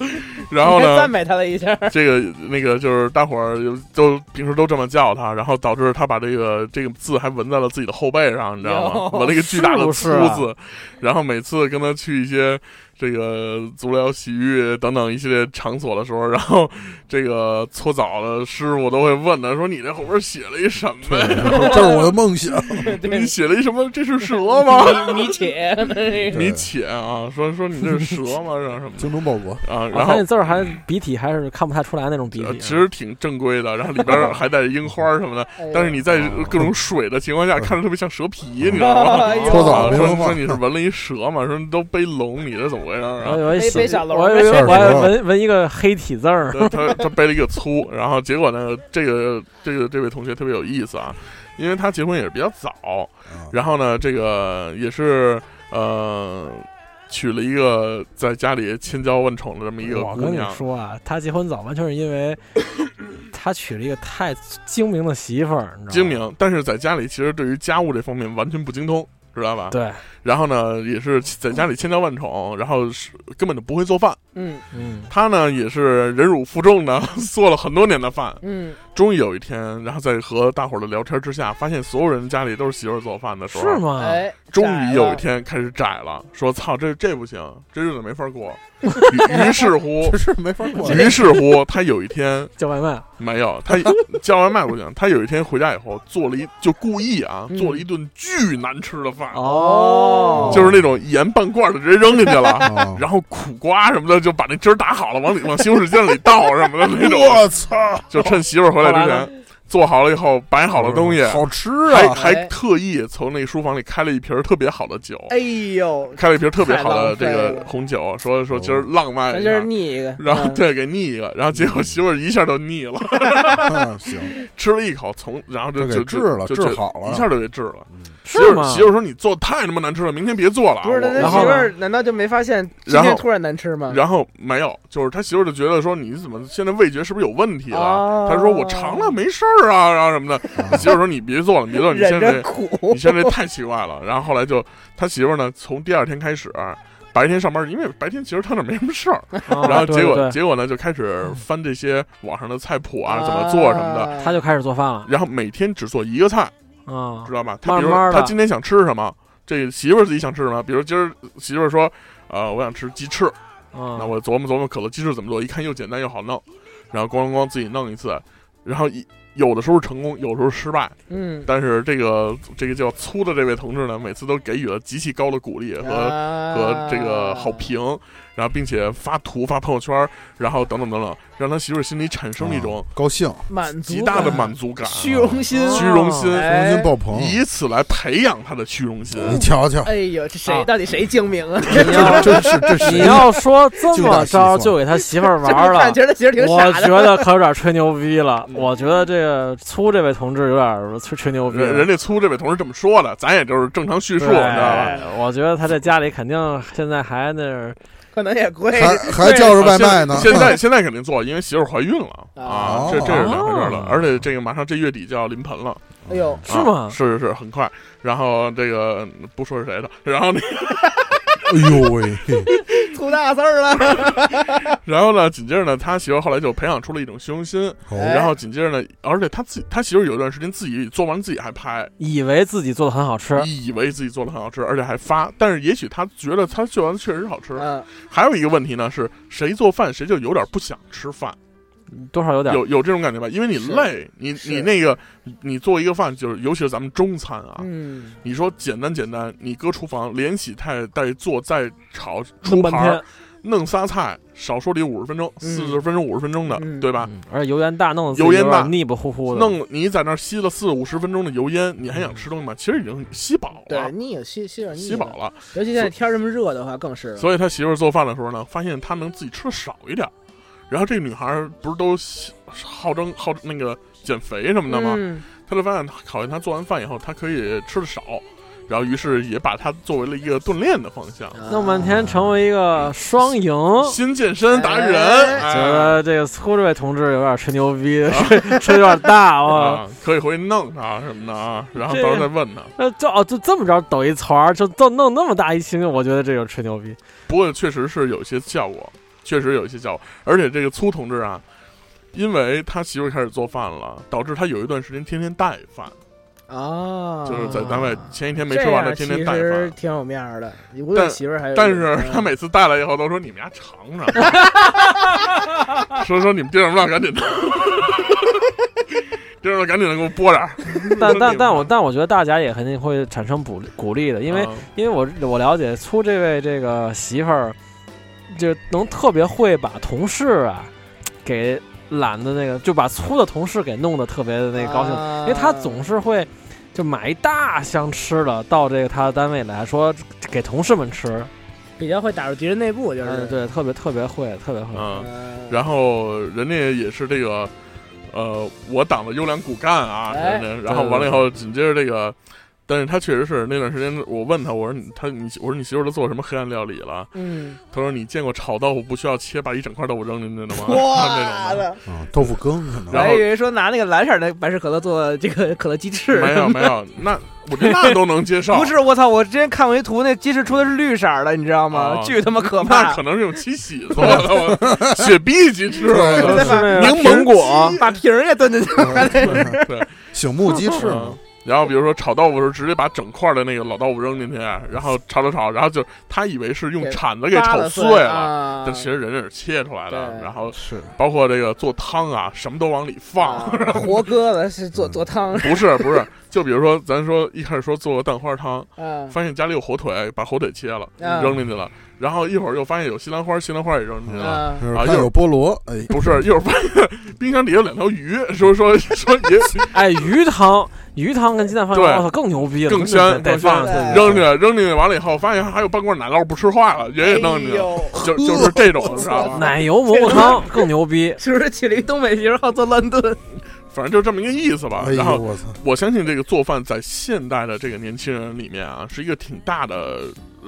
C: 然后
B: 你还
C: 呢
B: 赞，美他了一下，
C: 这个那个就是大伙儿就都平时都这么叫他，然后导致他把这个这个字还纹在了自己的后背上，你知道吗？
B: 哟
C: 纹了一个巨大的粗字，
D: 是啊不是
C: 然后每次跟他去一些这个足疗、洗浴等等一系列场所的时候，然后这个搓澡的师傅都会问他说：“你这后边写了一什么呀？
E: 这是我的梦想，
C: 你写了一什么？这是蛇吗？
B: 你你 且那个
C: 你且啊，说说你这是蛇吗？然后什么
E: 精忠报国，
C: 的啊？
D: 啊
C: 然
D: 他
C: 后
D: 那字儿还笔体还是看不太出来那种笔
C: 呃
D: 体。啊
C: 其实挺正规的，然后里边还带着樱花什么的。”但是你在
E: 哦
C: 各种水的情况下，看着特别像蛇 皮，你知道吗
B: 哎？呦
E: 嗯搓澡
C: 啊
E: 没
C: 说
E: 文化
C: 说你是纹了一蛇嘛？说你都背龙，你这怎么回事儿
D: 我
C: 啊？
D: 有一
B: 背
D: 写
B: 背小楼
D: 哎我
B: 儿
D: 以为
E: 呗
D: 我还
E: 小楼儿
D: 纹纹一个黑体字儿，
C: 他他他背了一个粗，然后结果呢，这个这个这位同学特别有意思啊，因为他结婚也是比较早，
E: 啊
C: 然后呢，这个也是呃娶了一个在家里千娇万宠的这么 一个
D: 我
C: 姑
D: 跟你
C: 娘，
D: 说啊，他结婚早完全是因为他娶了一个太精明的媳妇儿，你知道吗
C: 精。明，但是在家里其实对于家务这方面完全不精通，知道吧？
D: 对，
C: 然后呢，也是在家里千娇万宠，然后是根本就不会做饭。
B: 嗯
D: 嗯，
C: 他呢也是忍辱负重的 做了很多年的饭，
B: 嗯，
C: 终于有一天，然后在和大伙儿的聊天之下，发现所有人家里都是媳妇儿做饭的时候，啊
D: 是？吗？
B: 哎，
C: 终
B: 宰
C: 于有
B: 了
C: 一天开始窄了，说操，这这不行，这日子没法过。 于于是乎
E: 这，是没法过。
C: 于是乎，他有一天
D: 叫外卖，
C: 没有，他叫外卖不行，他有一天回家以后做了一就故意啊，
B: 嗯
C: 做了一顿巨难吃的饭，
D: 哦
C: 就是那种盐半罐儿的直接扔进去了。
E: 啊
C: 然后苦瓜什么的就把那汁儿打好了，往里往西红柿酱里倒什么的那种。
E: 我操！
C: 就趁媳妇儿回来之
D: 后来
C: 前，做好了以后摆好了东西，
E: 嗯好吃
C: 还
E: 啊，
C: 还特意从那书房里开了一瓶特别好的酒，
B: 哎呦，
C: 开了一瓶特别好的这
B: 太浪费
C: 个
B: 了
C: 红酒，说说今儿浪漫
B: 咱
C: 一
B: 今
C: 下
B: 儿，腻一个，
C: 然后
B: 嗯
C: 对给腻一个，然后结果媳妇儿一下就腻了，
E: 嗯行，
C: 吃了一口，从然后就
E: 就给
C: 哎就
E: 治了
C: 就
E: 治
C: 就
E: 好了
C: 一下就给治了。
E: 嗯
C: 媳
D: 是
C: 妇
D: 吗
C: 儿？媳妇儿说你做太他妈难吃了，明天别做了啊。
B: 不是他
C: 我
B: 他
D: 然
B: 媳
D: 后
B: 妇
D: 呢
B: 儿难道就没发现今
C: 然后
B: 天突然难吃
D: 嗯
B: 吗？
C: 然后没有，就是他媳妇儿就觉得说你怎么现在味觉是不是有问题了？
B: 哦
C: 他说我尝了没事儿啊，然后什 么的。
E: 啊
C: 媳妇儿说你别做了，你别做了，你
B: 忍
C: 现在
B: 着
C: 这
B: 苦
C: 你，现在这太奇怪了。然后后来就他媳妇儿呢，从第二天开始。白天上班，因为白天其实他那儿没什么事儿，
D: 啊
C: 然后
D: 对
C: 结果
D: 对对
C: 结果呢就开始翻这些网上的菜谱啊，怎么做什么的，
B: 啊
D: 他就开始做饭了
C: 然后每天只做一个菜，
D: 啊
C: 知道嗯吧？他比如
D: 慢
C: 说
D: 慢
C: 他
D: 地
C: 今天想吃什么，这媳妇儿自己想吃什么，比如今儿媳妇儿说，呃，我想吃鸡翅，
D: 啊
C: 那！我琢磨琢磨可乐鸡翅怎么做，一看又简单又好弄，然后咣咣咣自己弄一次，然后一有的时候成功，有时候失败，
B: 嗯
C: 但是这个这个叫粗的这位同志呢，每次都给予了极其高的鼓励和、
B: 啊
C: 和这个好，评，然后并且发图发朋友圈，然后等等等等，让他媳妇儿心里产生一种
E: 啊高兴，
B: 啊满足
C: 极大的
B: 感
C: 满足感，
B: 虚荣心，啊
D: 虚
C: 虚荣心，
E: 重
B: 哎
E: 新爆棚，
C: 以此来培养他的虚荣心。
E: 你瞧瞧，
B: 哎呦，这谁
D: 啊
B: 到底谁精明 啊？
D: 你要
E: 真是这是
D: 你要说这
E: 精打
D: 么
E: 细算
D: 着就给他媳妇 儿玩儿了
B: 看，觉得其实挺
D: 我
B: 傻
D: 觉
B: 的。
D: 得可有点吹牛逼了。
C: 嗯
D: 我觉得这个粗这位同志有点吹吹牛逼
C: 人
D: 了。
C: 人家粗这位同事这么说的，咱也就是正常叙述，你知道吧？
D: 对，我觉得他在家里肯定现在还那儿
B: 可能也贵，
E: 还还叫着外卖呢，
C: 啊现在现在肯定做，因为媳妇儿怀孕了啊
B: 哦，
C: 这这是两回事儿了
D: 哦。
C: 而且这个马上这月底就要临盆了，
B: 哎呦，
D: 是
C: 啊
D: 吗
C: 是是是，很快。然后这个嗯不说是谁的，然后那
E: 哎呦喂，
B: 出大事儿了。
C: 然后呢，紧接着呢，他媳妇儿后来就培养出了一种虚荣心，
B: 哎
C: 然后紧接着呢，而且他自己他媳妇儿有一段时间自己做完自己还拍，
D: 以为自己做的很好吃，
C: 以为自己做的很好吃，而且还发。但是也许他觉得他做完确实好吃。
B: 嗯，
C: 还有一个问题呢，是谁做饭谁就有点不想吃饭，
D: 多少有点
C: 有有这种感觉吧？因为你
B: 是
C: 累，你
B: 是
C: 你那个你做一个饭，就是尤其是咱们中餐啊，
B: 嗯，
C: 你说简单简单，你搁厨房连洗带带做再炒出
D: 弄半
C: 盘
D: 天
C: 儿，，弄仨菜，少说得五十分钟，
B: 嗯
C: 四十分钟五十分钟的，
B: 嗯
C: 对吧？
D: 嗯而且油烟大，弄得自己
C: 油烟大
D: 有点腻不乎乎的。
C: 弄你在那儿吸了四五十分钟的油烟，你还想吃东西吗？其实已经吸饱
B: 嗯对，
C: 了，
B: 腻有吸吸点腻
C: 啊吸
B: 的
C: 饱，了。
B: 尤其现在天儿这么热的话，更是了。
C: 所以他媳妇儿做饭的时候呢，发现他能自己吃的少一点儿。然后这女孩儿不是都喜号称号那个减肥什么的吗？
B: 嗯
C: 他就发现，考验他做完饭以后，他可以吃的少，然后于是也把它作为了一个锻炼的方
B: 嗯
C: 向，
D: 弄半天成为一个双赢。
C: 新健身达人。
B: 哎
D: 觉
C: 哎
D: 得这个粗这位同志有点吹牛逼，吹 吹有点 大哇！
C: 啊，可以回去弄他什么的啊，然后到时候再问他。
D: 那就哦，就这么着抖一团儿，就弄弄那么大一星，我觉得这就是吹牛逼。
C: 不过确实是有一些效果，确实有一些效果。而且这个粗同志啊，因为他媳妇儿开始做饭了，导致他有一段时间天天带饭，
B: 啊，
C: 就是在单位前一天没
B: 这
C: 吃完
B: 样
C: 了，
B: 其
C: 天
B: 实
C: 天带饭。
B: 挺有面儿的。无
C: 但
B: 论媳妇儿还有，
C: 但是他每次带来以后都说你们家尝尝，说说你们爹什么料赶紧的，爹什么料赶紧的给我拨点儿。
D: 但但 但我但我觉得大家也肯定会产生鼓励鼓励的，因为
C: 啊
D: 因为我我了解粗这位这个媳妇儿，就能特别会把同事啊给懒得那个，就把粗的同事给弄得特别的那个高兴，
B: 啊
D: 因为他总是会就买一大箱吃的到这个他的单位来说给同事们吃，
B: 比较会打入敌人内部，就
D: 嗯，
B: 是。
D: 对，特别特别会，特别会。
C: 嗯，
B: 嗯
C: 然后人家也是这个，呃，我党的优良骨干啊，
B: 哎
C: 人家然后完了以后，紧接着这个，但是他确实是那段时间，我问他，我说你他你我说你媳妇儿都做什么黑暗料理了？
B: 嗯，
C: 他说你见过炒豆腐不需要切，把一整块豆腐扔进去的吗？
B: 嗯哇
C: 那种的。
B: 的！
E: 啊，豆腐羹可能
B: 我
C: 然后
B: 还以为说拿那个蓝色的百事可乐做这个可乐鸡翅，
C: 没有没有， 那我觉得那都能接受，
B: 不是，我操！我之前看过一图，那鸡翅出的是绿色儿的，你知道吗
C: 哦？
B: 巨他妈可
C: 那
B: 怕
C: 可！能是用七喜做的， 我雪碧鸡翅，
E: 对
D: 就是 那个
C: 柠檬
D: 苹果，
B: 把瓶儿也炖进去，还得
E: 嗯醒目鸡翅嘛
C: 嗯， 然后比如说炒豆腐的时候，直接把整块的那个老豆腐扔进去，然后炒炒炒，然后就他以为是用
B: 给
C: 铲子给
B: 扒
C: 炒
B: 了
C: 碎
B: 了。
C: 了，
B: 啊
C: 但其实人家是切出来的。
B: 对
C: 然后
E: 是
C: 包 括这个做汤啊，什么都往里放，
B: 啊活鸽子是做做汤，
C: 不是不是，就比如说，咱说一开始说做个蛋花汤，
B: 嗯
C: 发现家里有火腿，把火腿切了
B: 嗯
C: 扔进去了，然后一会儿又发现有西兰花，西兰花也扔进去了。
B: 嗯，
E: 就是
C: 啊
E: 看
C: 又
E: 有菠萝，哎，
C: 不是，一会儿发现冰箱里有两条鱼，说说说 也
D: 哎，鱼汤，鱼汤跟鸡蛋放一块儿，
C: 对
D: 我操，更牛逼了，
C: 更
D: 真
C: 鲜
D: 的得得
C: 更鲜
D: 放对
C: 扔进去，扔进去完了以后，发现还有半罐奶酪不吃坏了，也给弄进去了，
B: 哎呦，
C: 就就是这种，知道吧？
D: 奶油蘑菇汤更牛逼
B: 是不是起了一东北名儿，好做乱炖？
C: 反正就这么一个意思吧。
E: 哎
C: 啊然
E: 呦
C: 后
E: 我操，
C: 我相信这个做饭在现代的这个年轻人里面啊，是一个挺大的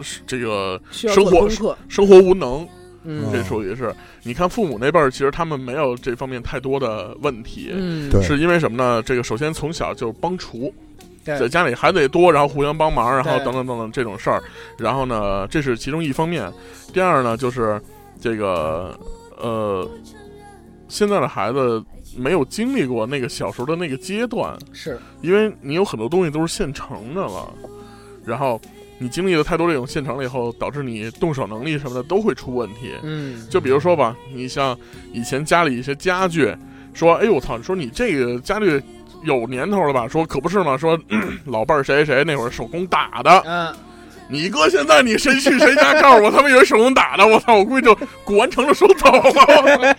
C: 是这个
B: 需要做
C: 生活
B: 功课，
C: 生活无能，
B: 嗯
C: 这属于是。你看父母那辈儿，其实他们没有这方面太多的问题，
B: 嗯，
E: 对
C: 是因为什么呢？这个首先从小就是帮厨，
B: 对
C: 在家里还得多，然后互相帮忙，然后
B: 哎对
C: 等等等等这种事儿。然后呢，这是其中一方面。第二呢，就是这个呃，现在的孩子没有经历过那个小时候的那个阶段，
B: 是
C: 因为你有很多东西都是现成的了，然后你经历了太多这种现成了以后，导致你动手能力什么的都会出问题。
B: 嗯，
C: 就比如说吧，你像以前家里一些家具，说，哎呦我操，说你这个家具有年头了吧？说可不是嘛，说咳老伴儿谁谁那会儿手工打的，
B: 嗯，
C: 你哥现在你谁去谁家告诉我他们有手工打的，我操，我估计就古玩城的手走了。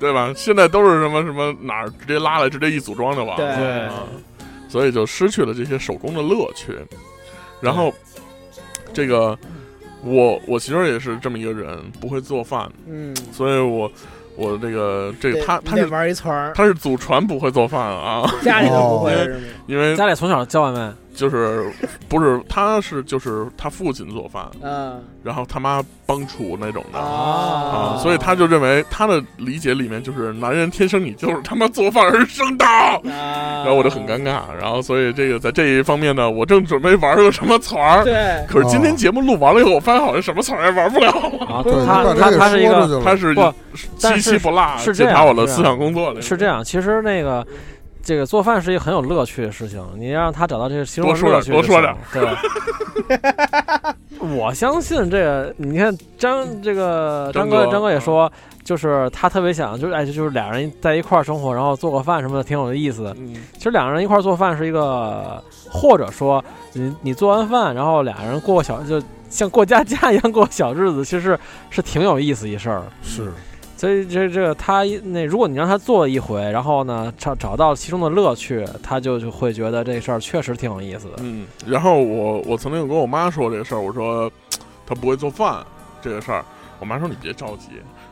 C: 对吧？现在都是什么什么哪儿直接拉来，直接一组装就完了。
D: 对
C: 啊，所以就失去了这些手工的乐趣。然后，这个我我其实也是这么一个人，不会做饭，
B: 嗯，
C: 所以我我这个这个
B: 对
C: 他
B: 你
C: 他
B: 得
C: 是
B: 玩一圈儿，
C: 他是祖传不会做饭啊，
B: 家里都不会
E: 哦
B: 是吗？
C: 因为
D: 家里从小教外 卖，
C: 就是不是他是就是他父亲做饭，
B: 嗯
C: 然后他妈帮厨那种的。
B: 啊
C: 啊，所以他就认为他的理解里面就是男人天生你就是他妈做饭而生的，
B: 啊，
C: 然后我就很尴尬，然后所以这个在这一方面呢，我正准备玩个什么词儿，
B: 对，
C: 可是今天节目录完了以后，我发现好像什么词儿也玩不了了。
D: 啊，
E: 对你
D: 他
E: 把
D: 他
E: 这
D: 他是一
E: 说
D: 个
E: 出去
C: 他
E: 了，
C: 是
D: 不但
C: 七
D: 是
C: 七不落，
D: 是这
C: 检
D: 样
C: 查我的
D: 是
C: 思想工作的。
D: 是这样，其实那个这个做饭是一个很有乐趣的事情，你让他找到这个其中
C: 多
D: 的
C: 说
D: 乐
C: 点
D: 趣
C: 多
D: 就
C: 说
D: 行了，对。 我相信这个，你看张这个
C: 张
D: 张哥
C: 哥
D: 张哥也
C: 嗯
D: 说，就是他特别想，就是哎，就是俩人在一块儿生活，然后做个饭什么的，挺有意思的。
C: 嗯，
D: 其实两个人一块儿做饭是一个，或者说你你做完饭，然后俩人过个小，就像过家家一样过小日子，其实是挺有意思一事儿。
E: 是
D: 所以这这他一那，如果你让他做一回，然后呢找找到其中的乐趣，他就就会觉得这事儿确实挺有意思的。
C: 嗯，然后我我曾经有跟我妈说这个事儿，我说她不会做饭这个事儿，我妈说你别着急，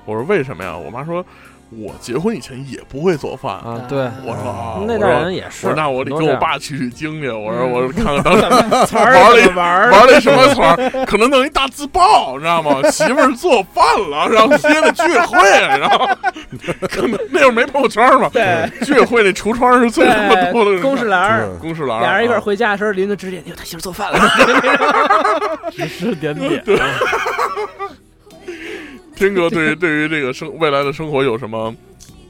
C: 我说为什么呀？我妈说我结婚以前也不会做饭，
D: 啊，对，
C: 我说啊，
D: 那
C: 我
D: 代
C: 说
D: 人也
C: 我
D: 是。
C: 说那我得
D: 很
C: 跟
D: 多这
C: 我
D: 样
C: 爸取取经去，我说
B: 嗯
C: 我看看当时
B: 词儿
C: 玩了一
B: 怎么玩儿
C: 玩那什么团儿，可能弄一大自爆，你知道吗？媳妇儿做饭了，然后接着居委会，然后 可能那会儿没朋友圈嘛，
B: 对
C: 居委会那橱窗是最他妈多的
B: 对，公式栏儿。
E: 对
C: 公式栏，
B: 俩人一块儿
C: 啊
B: 回家的时候，邻居指点，哎呦他媳妇儿做饭了，
D: 指指点点。
C: 天哥对于对于这个生未来的生活有什么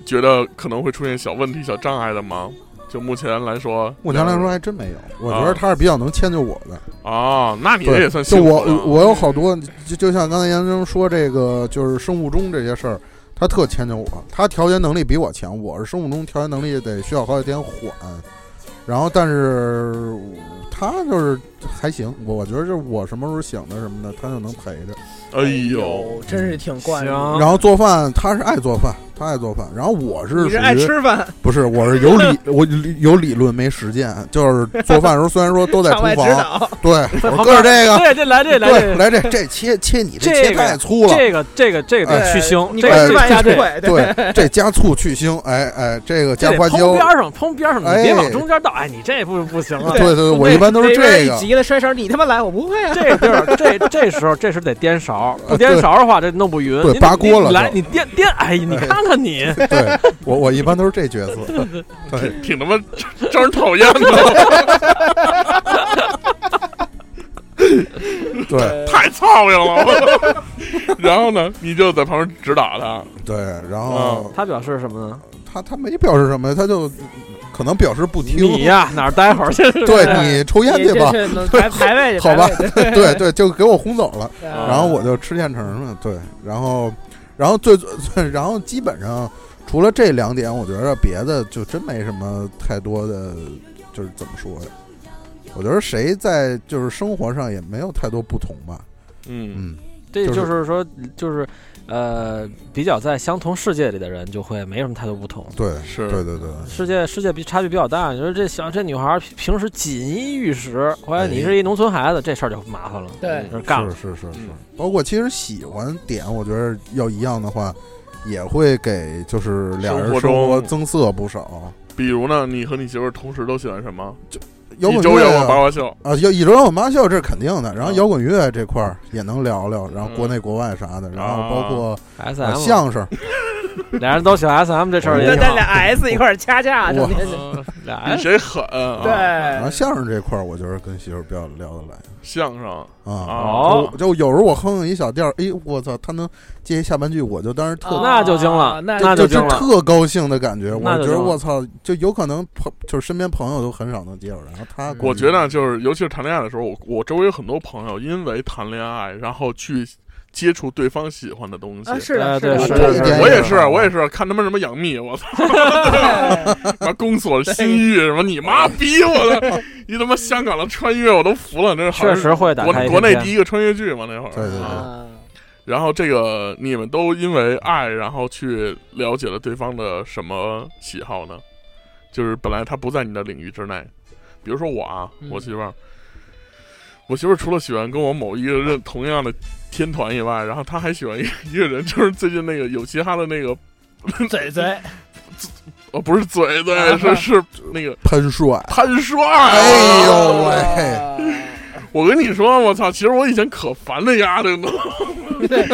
C: 觉得可能会出现小问题、小障碍的吗？就目前来说，
E: 目前来说还真没有，我觉
C: 啊
E: 得他是比较能迁就我的。
C: 啊，那你这
E: 对，
C: 也算
E: 就
C: 幸福
E: 我
C: 了
B: 嗯
E: 我有好多，就就像刚才杨生说这个，就是生物钟这些事儿，他特迁就我，他调节能力比我强，我是生物钟调节能力得需要好几天缓，然后但是他就是还行，我我觉得就是我什么时候醒的什么的，他就能陪着。
C: 哎呦，，
B: 真是挺惯的。啊
D: 行，
E: 然后做饭，他是爱做饭，他爱做饭，然后我是
B: 你
E: 属
B: 是爱
E: 于
B: 吃饭，
E: 不是，我是有理，我有理论没实践，就是做饭的时候虽然说都在
B: 场
E: 厨
B: 外指
E: 房，
B: 导，
E: 对， 我搁着这个。
D: 对，这来这来
E: 对，
D: 这
E: 来这这切切你
D: 这
E: 切
D: 个
E: 太粗了，
D: 这个这个这个得
E: 哎
B: 对
D: 哎去腥，
B: 你
D: 这
B: 管
D: 个
B: 吃
D: 这
B: 饭
D: 个加
B: 也
D: 这
B: 不
D: 个
B: 会，
E: 对，这加醋去腥，哎哎，这个
D: 这
E: 加
D: 得
E: 花
D: 烹
E: 椒
D: 边，儿上烹边儿上，你别
E: 哎
D: 往中间倒。哎，你这不不行啊
E: 对。对对，我一般都是
B: 那边
E: 这
B: 一
E: 个，
B: 急了摔勺，你他妈来，我不会啊。
D: 这地儿，这这时候，这时候得颠勺，不颠勺的话，这弄不匀。
E: 呃对
D: 你
E: 扒锅了
D: 你来，
E: 就
D: 你颠颠，哎，你
E: 哎
D: 看看你，
E: 对我我一般都是这角色，
C: 挺挺他妈招人讨厌的，
E: 对
C: 太操心了。 然后呢，你就在旁边指导他，
E: 对，然后
D: 他表示什么呢？
E: 他他没表示什么，他就可能表示不
D: 你
E: 听，
D: 呀，哪儿待会儿去？
E: 对你抽烟
B: 你这
E: 去吧，
B: 是能排排位去，
E: 好吧
B: 排位去，
E: 对对，就给我轰走了，
B: 然
C: 啊
E: 然后我就吃现成的，对，然后然后最 最然后基本上除了这两点，我觉得别的就真没什么太多的。就是怎么说呀？我觉得谁在就是生活上也没有太多不同吧。
C: 嗯，
E: 嗯，
D: 这
E: 就
D: 就是是说，就是呃，比较在相同世界里的人，就会没什么太多不同。
E: 对，
C: 是
E: 对对对，
D: 世界世界比差距比较大，你说这小这女孩儿平平时锦衣玉食，后来你
E: 哎
D: 是一农村孩子，这事儿就麻烦了，
B: 对
D: 就是干
E: 是
D: 了。
E: 是是是
C: 嗯，
E: 包括其实喜欢点，我觉得要一样的话，也会给就是俩人
C: 生活
E: 生活
C: 中
E: 增色不少。
C: 比如呢，你和你媳妇儿同时都喜欢什么？
E: 摇
C: 一
E: 滚
C: 周摇
E: 乐
C: 滚八
E: 啊
C: 卦秀，
E: 啊，有一周摇滚八卦秀这是肯定的，然后
C: 啊
E: 摇滚乐这块儿也能聊聊，然后
C: 嗯
E: 国内国外啥的，然后
C: 啊
E: 包括
D: S
E: 呃
D: M
E: 相声，
D: 俩人都喜欢 S M 这事儿也
B: 那
D: 挺
B: 咱俩
D: 好。
B: S 一块儿掐架，整天就
C: 嗯
D: 俩
C: 比
D: S
C: 谁狠啊？
E: 然后
B: 哎对，
E: 相声这块儿，我觉得跟媳妇儿比较聊得来
C: 相声
E: 啊。
D: 哦
E: 就就有时候我哼哼一小调儿，哎，我操，他能接一下半句，我就当时特
B: 啊
D: 那就精了，
B: 那
D: 那
E: 哦就
D: 精了。
E: 特高兴的感觉。我
D: 那就
E: 觉得
D: 行了
E: 我操，就有可能朋就是身边朋友都很少能接受，然后他
B: 嗯
C: 我觉得就是，尤其是谈恋爱的时候，我我周围有很多朋友因为谈恋爱，然后去接触对方喜欢的东西。
B: 啊，是的，
D: 哎
B: 是
D: 对
B: 的，
D: 是
B: 是
D: 的
B: 的
E: 这一点
C: 我也
E: 是
C: 是，我也是看他们什么杨幂， 我操，妈宫锁心玉什么，你妈逼我的，一他妈香港的穿越我都服了，那好
D: 确
C: 像
D: 实会打
C: 国
D: 开一
C: 国内
D: 片
C: 第一个穿越剧嘛那会儿。
E: 对对对
C: 啊
B: 啊
C: 然后这个你们都因为爱，然后去了解了对方的什么喜好呢？就是本来他不在你的领域之内，比如说我啊，
B: 嗯
C: 我媳妇儿，我媳妇儿除了喜欢跟我某一个人同样的天团以外，然后她还喜欢一一个人，就是最近那个有嘻哈的 那个，
B: 嘴嘴，
C: 哦，不是嘴 嘴，是是那个
E: 喷帅，
C: 潘帅。
E: 哎呦喂
C: 我跟你说，我操，其实我以前可烦那丫的了，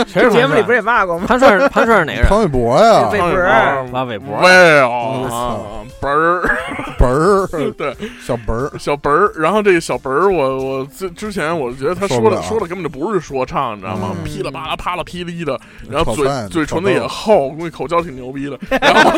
D: 谁是
B: 节目里
D: 潘
B: 不是也骂过吗？
D: 潘帅是？潘帅是哪个人？ 哦
E: 庞玮柏呀
B: 被，
C: 潘玮
B: 博儿
C: 柏
D: 马玮 柏。
C: 喂
E: 我
C: 哦
E: 操，
C: 本儿。
E: 本儿
C: 对，
E: 小本儿，
C: 小本儿，然后这个小本儿，我我之之前我觉得他
E: 受
C: 说
E: 不
C: 的
E: 了
C: 说的根本就不是说唱，你知道吗？
B: 嗯
C: 噼里啪啦啪啦噼里的，然后
E: 炒
C: 嘴
E: 饭
C: 嘴
E: 炒
C: 唇子也
E: 豆
C: 厚，估计口交挺牛逼的。 然后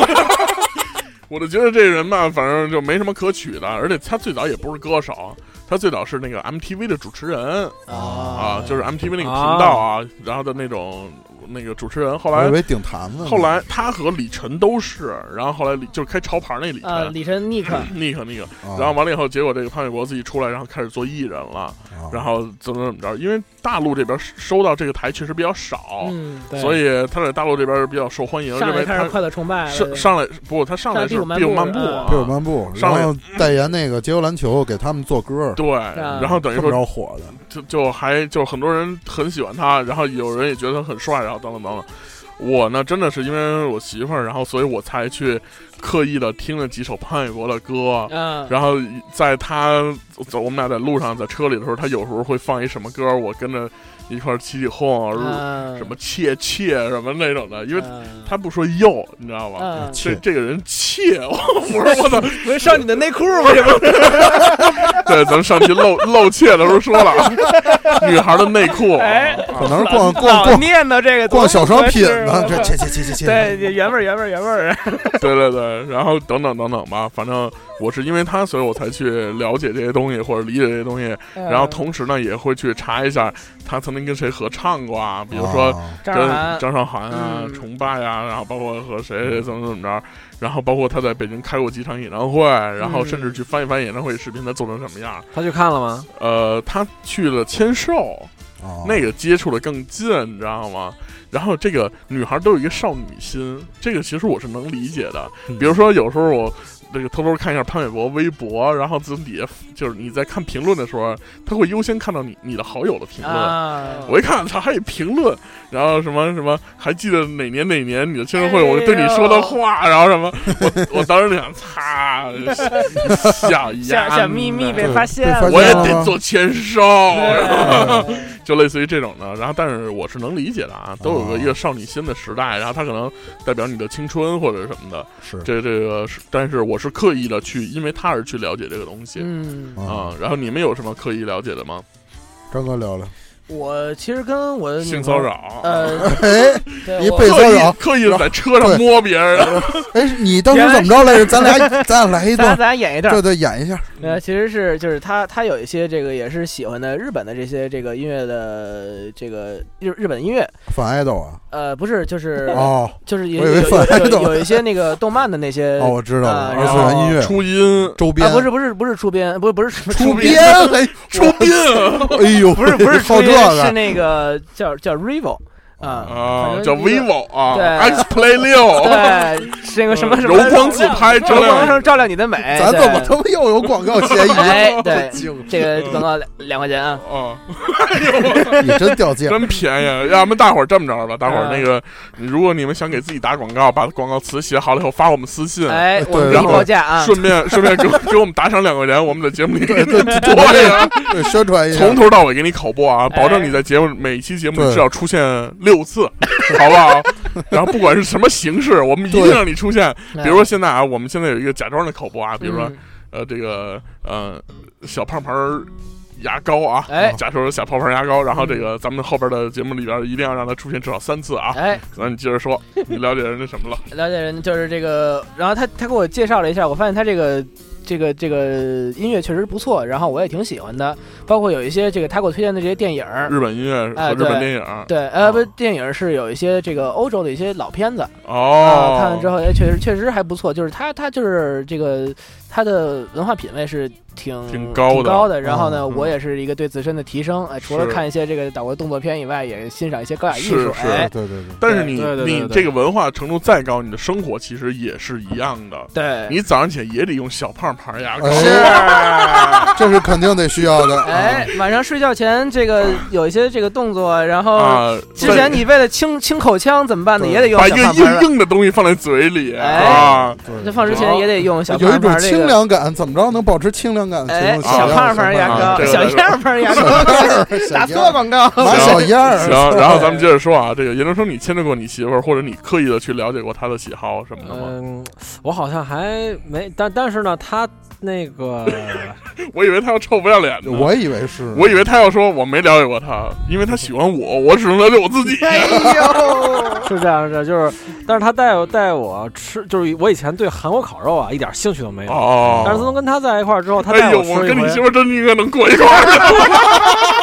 C: 我就觉得这人吧，反正就没什么可取的，而且他最早也不是歌手，他最早是那个 MTV 的主持人啊，就是 MTV 那个频道啊，然后的那种那个主持人，后
E: 我以
C: 来。
E: 为顶坛子呢，
C: 后来他和李晨都是，然后后来李就是开潮牌那李晨、
B: 啊，李晨 Nick，
C: 那个那个，
E: 啊，
C: 然后完了以后，结果这个潘玮柏自己出来，然后开始做艺人了，
E: 啊
C: 然后怎么怎么着？因为大陆这边收到这个台确实比较少，
B: 嗯，对
C: 所以他在大陆这边比较受欢迎，
B: 上
C: 认
B: 来
C: 为
B: 开始
C: 他
B: 快乐崇拜了，
C: 上上来不，他上来
B: 上
C: 是
B: 第五漫
C: 第五
B: 步
C: 漫步
B: 嗯
C: 啊
E: 第，五漫步，
C: 上
E: 然
C: 来
E: 后代言那个街球篮球，给他们做歌儿，
C: 对，然后等于
E: 这么
C: 说
E: 着火的，
C: 就就还就很多人很喜欢他，然后有人也觉得他很帅，然后等等等等。我呢，真的是因为我媳妇儿，然后所以我才去刻意的听了几首潘玮柏的歌，啊
B: 嗯，
C: 然后在他走，我们俩在路上，在车里的时候，他有时候会放一什么歌，我跟着一块儿起起哄，啊
B: 嗯
C: 什么切切什么那种的，因为
B: 嗯
C: 他不说哟，你知道吗？
B: 嗯，
C: 这
E: 切
C: 这个人切， 我我说我操，
B: 不是上你的内裤吗？这不是
C: 对，咱们上期露露怯的时候说 了啊，女孩的内裤，
B: 哎
E: 可
C: 啊
E: 能是逛逛
B: 老
E: 逛
B: 哦念叨这个
E: 逛小商品
B: 多
E: 呢，
B: 合
E: 这
B: 适
E: 切切切切切，
B: 对，这原味儿原味儿原味儿，
C: 对对对，然后等等等等吧，反正我是因为他，所以我才去了解这些东西或者理解这些东西，
B: 嗯
C: 然后同时呢也会去查一下他曾经跟谁合唱过啊，比如说
E: 啊
B: 哦张
C: 跟
B: 涵
C: 张韶涵啊、
B: 嗯
C: 崇拜啊，然后包括和谁谁怎么怎么着，然后包括他在北京开过几场演唱会，然
B: 嗯
C: 后甚至去翻一翻演唱会视频，他做成什么样。
D: 他去看了吗？
C: 呃，他去了签售，
E: 啊
C: 那个接触的更近，你知道吗？然后这个女孩都有一个少女心，这个其实我是能理解的。比如说有时候我。那个偷偷看一下潘玮柏微博，然后从底下就是你在看评论的时候，他会优先看到你你的好友的评论，
B: 啊，
C: 我一看，他还有评论，然后什么什么，还记得哪年哪年你的签售会
B: 哎呦
C: 我对你说的话，然后什么，我我当时就想， 擦，小
B: 小
C: 丫
B: 小秘密
C: 呢
B: 被发现
E: 被发
B: 了，
C: 我也
E: 现
C: 得
E: 了
C: 做签售，
B: 对
C: 就类似于这种的。然后，但是我是能理解的啊，都有个
E: 哦
C: 一个少女心的时代，然后它可能代表你的青春或者什么的。
E: 是
C: 这这个是，但是我是刻意的去，因为他而去了解这个东西
B: 嗯，
E: 啊，
C: 啊。然后你们有什么刻意了解的吗？
E: 张哥聊聊，
B: 我其实跟我的女
E: 呃
C: 性
B: 朋
C: 骚
B: 友
C: 扰，
B: 呃，
E: 哎，
B: 对
E: 一
B: 我
E: 辈子
C: 刻
E: 骚
C: 意
E: 扰
C: 刻意地在车上
E: 对
C: 摸别人的，
E: 哎，你当时怎么着来着？咱俩咱俩来一
B: 咱
E: 段，
B: 咱演一段
E: 对，对，演一下。
B: 呃，其实是就是他他有一些这个也是喜欢的日本的这些这个音乐的这个日日本音乐，
E: 反爱豆啊，
B: 呃，不是就是
E: 哦
B: 就是有
E: 我以
B: 有
E: 为
B: 有
E: 反爱
B: 有
E: 豆
B: 有一些那个动漫的那些
E: 哦，我知道了，
B: 啊
E: 二
B: 然
E: 次
B: 后
E: 元音乐
C: 初音
E: 周边
B: 啊，不是不是不是出编，不是不是
E: 出
B: 出
E: 边，哎
C: 出 殡
E: 哎呦，
B: 不是不 是
E: 好
B: 出
E: 这
B: 编，是
E: 个
B: 那个叫叫 Rivo 啊，
C: 啊
B: 反，正
C: 叫
B: 一个
C: vivo 啊
B: 对
C: ，X Play 六，
B: 对，是那个什么什么
C: 柔光自拍
B: 柔
C: 照亮
B: 光上照亮你的美，
E: 咱
B: 对
E: 怎么他妈又有广告嫌疑？
B: 哎对
E: 惊了
B: 这
C: 嗯
B: 个广告两两块钱啊？
C: 啊，
E: 你真掉价，
C: 真便宜。啊要不大伙儿这么着吧，大伙儿
B: 啊
E: 嗯
C: 那个，如果你们想给自己打广告，把广告词写好了以后发我们私信，
B: 哎，我
E: 对
B: 们给
C: 然
B: 你
C: 后
B: 报价啊，
C: 顺便顺便给我给我们打赏两块钱，我们在节目里给
E: 对
C: 你
E: 对对哎
C: 对呀，
E: 对，宣传一下
C: 啊从。头到尾给你口播啊，保证你在节目每期节目
E: 对
C: 至少出现六次，好不好？然后不管是什么形式，我们一定
E: 对
C: 让你出现。
B: 比
C: 比如说现在啊，我们现在有一个假装的口播啊，比如说呃这个呃小胖牌儿牙膏啊，
B: 哎嗯
C: 假说小胖牌儿牙膏，然后这个咱们后边的节目里边一定要让它出现至少三次啊。
B: 哎，
C: 那你接着 说，你了解人家什么了？
B: 了解人就是这个，然后他他给我介绍了一下，我发现他这个这个这个音乐确实不错，然后我也挺喜欢的，包括有一些这个他给我推荐的这些电影儿，
C: 日本音乐和
B: 哎
C: 日
B: 对
C: 本电影，
B: 对，呃，不，电影是有一些这个欧洲的一些老片子
C: 哦
B: 啊，，看了之后，哎，确实确实还不错，就是他他就是这个他的文化品味是挺
C: 挺高的
B: 然后呢，
C: 嗯
B: 我也是一个对自身的提升，哎，除了
C: 是
B: 看一些这个岛国动作片以外，也欣赏一些高雅艺
C: 是
B: 术，
C: 是
E: 对
B: 哎，
E: 对对对，
C: 但是你
D: 对对对对
C: 你
D: 对
C: 这个文化程度再高，你的生活其实也是一样的。
B: 对，哎
C: 你早上起来也得用小胖牌牙膏，啊
E: 是 这是肯定得需要的。啊
B: 哎，晚上睡觉前这个有一些这个动作，然后
C: 啊，
B: 哦之前你为了清清口腔怎么办呢？
E: 对
B: 也得用
C: 把一
B: 小
C: 个
B: 胖盆
C: 硬
B: 儿。
C: 硬的东西放在嘴里
B: 哎
C: 啊，
E: 对
B: 这放之前也得用小
E: 有一
B: 胖盆
E: 种
B: 儿这
E: 清
B: 个，
E: 凉感，怎么着能保持清凉感？
B: 哎，
E: 请用
B: 小
E: 样
B: 胖盆儿牙膏，
C: 啊这个 啊
B: 小样盆儿牙膏，
E: 小
B: 打
E: 样
B: 错 广告。
E: 马小燕
C: 行，
E: 儿，
C: 然后咱们接着说啊，这个研究生，你牵扯过你媳妇儿，或者你刻意的去了解过她的喜好什么的吗？
D: 嗯，我好像还没，但但是呢，他那个
C: 我以为她要臭不要脸呢，
E: 我以为是，
C: 我以为她要说我没了解过她，因为她喜欢我，我只能了解我自己。
B: 哎呦，
D: 是这样的，就是，但是他带我带我吃，就是我以前对韩国烤肉啊一点兴趣都没有，
C: 哦，
D: 但是自从跟他在一块儿之后，他
C: 哎
D: 带
C: 呦，
D: 吃一
C: 我
D: 回，
C: 跟你媳妇儿真应该能过一块儿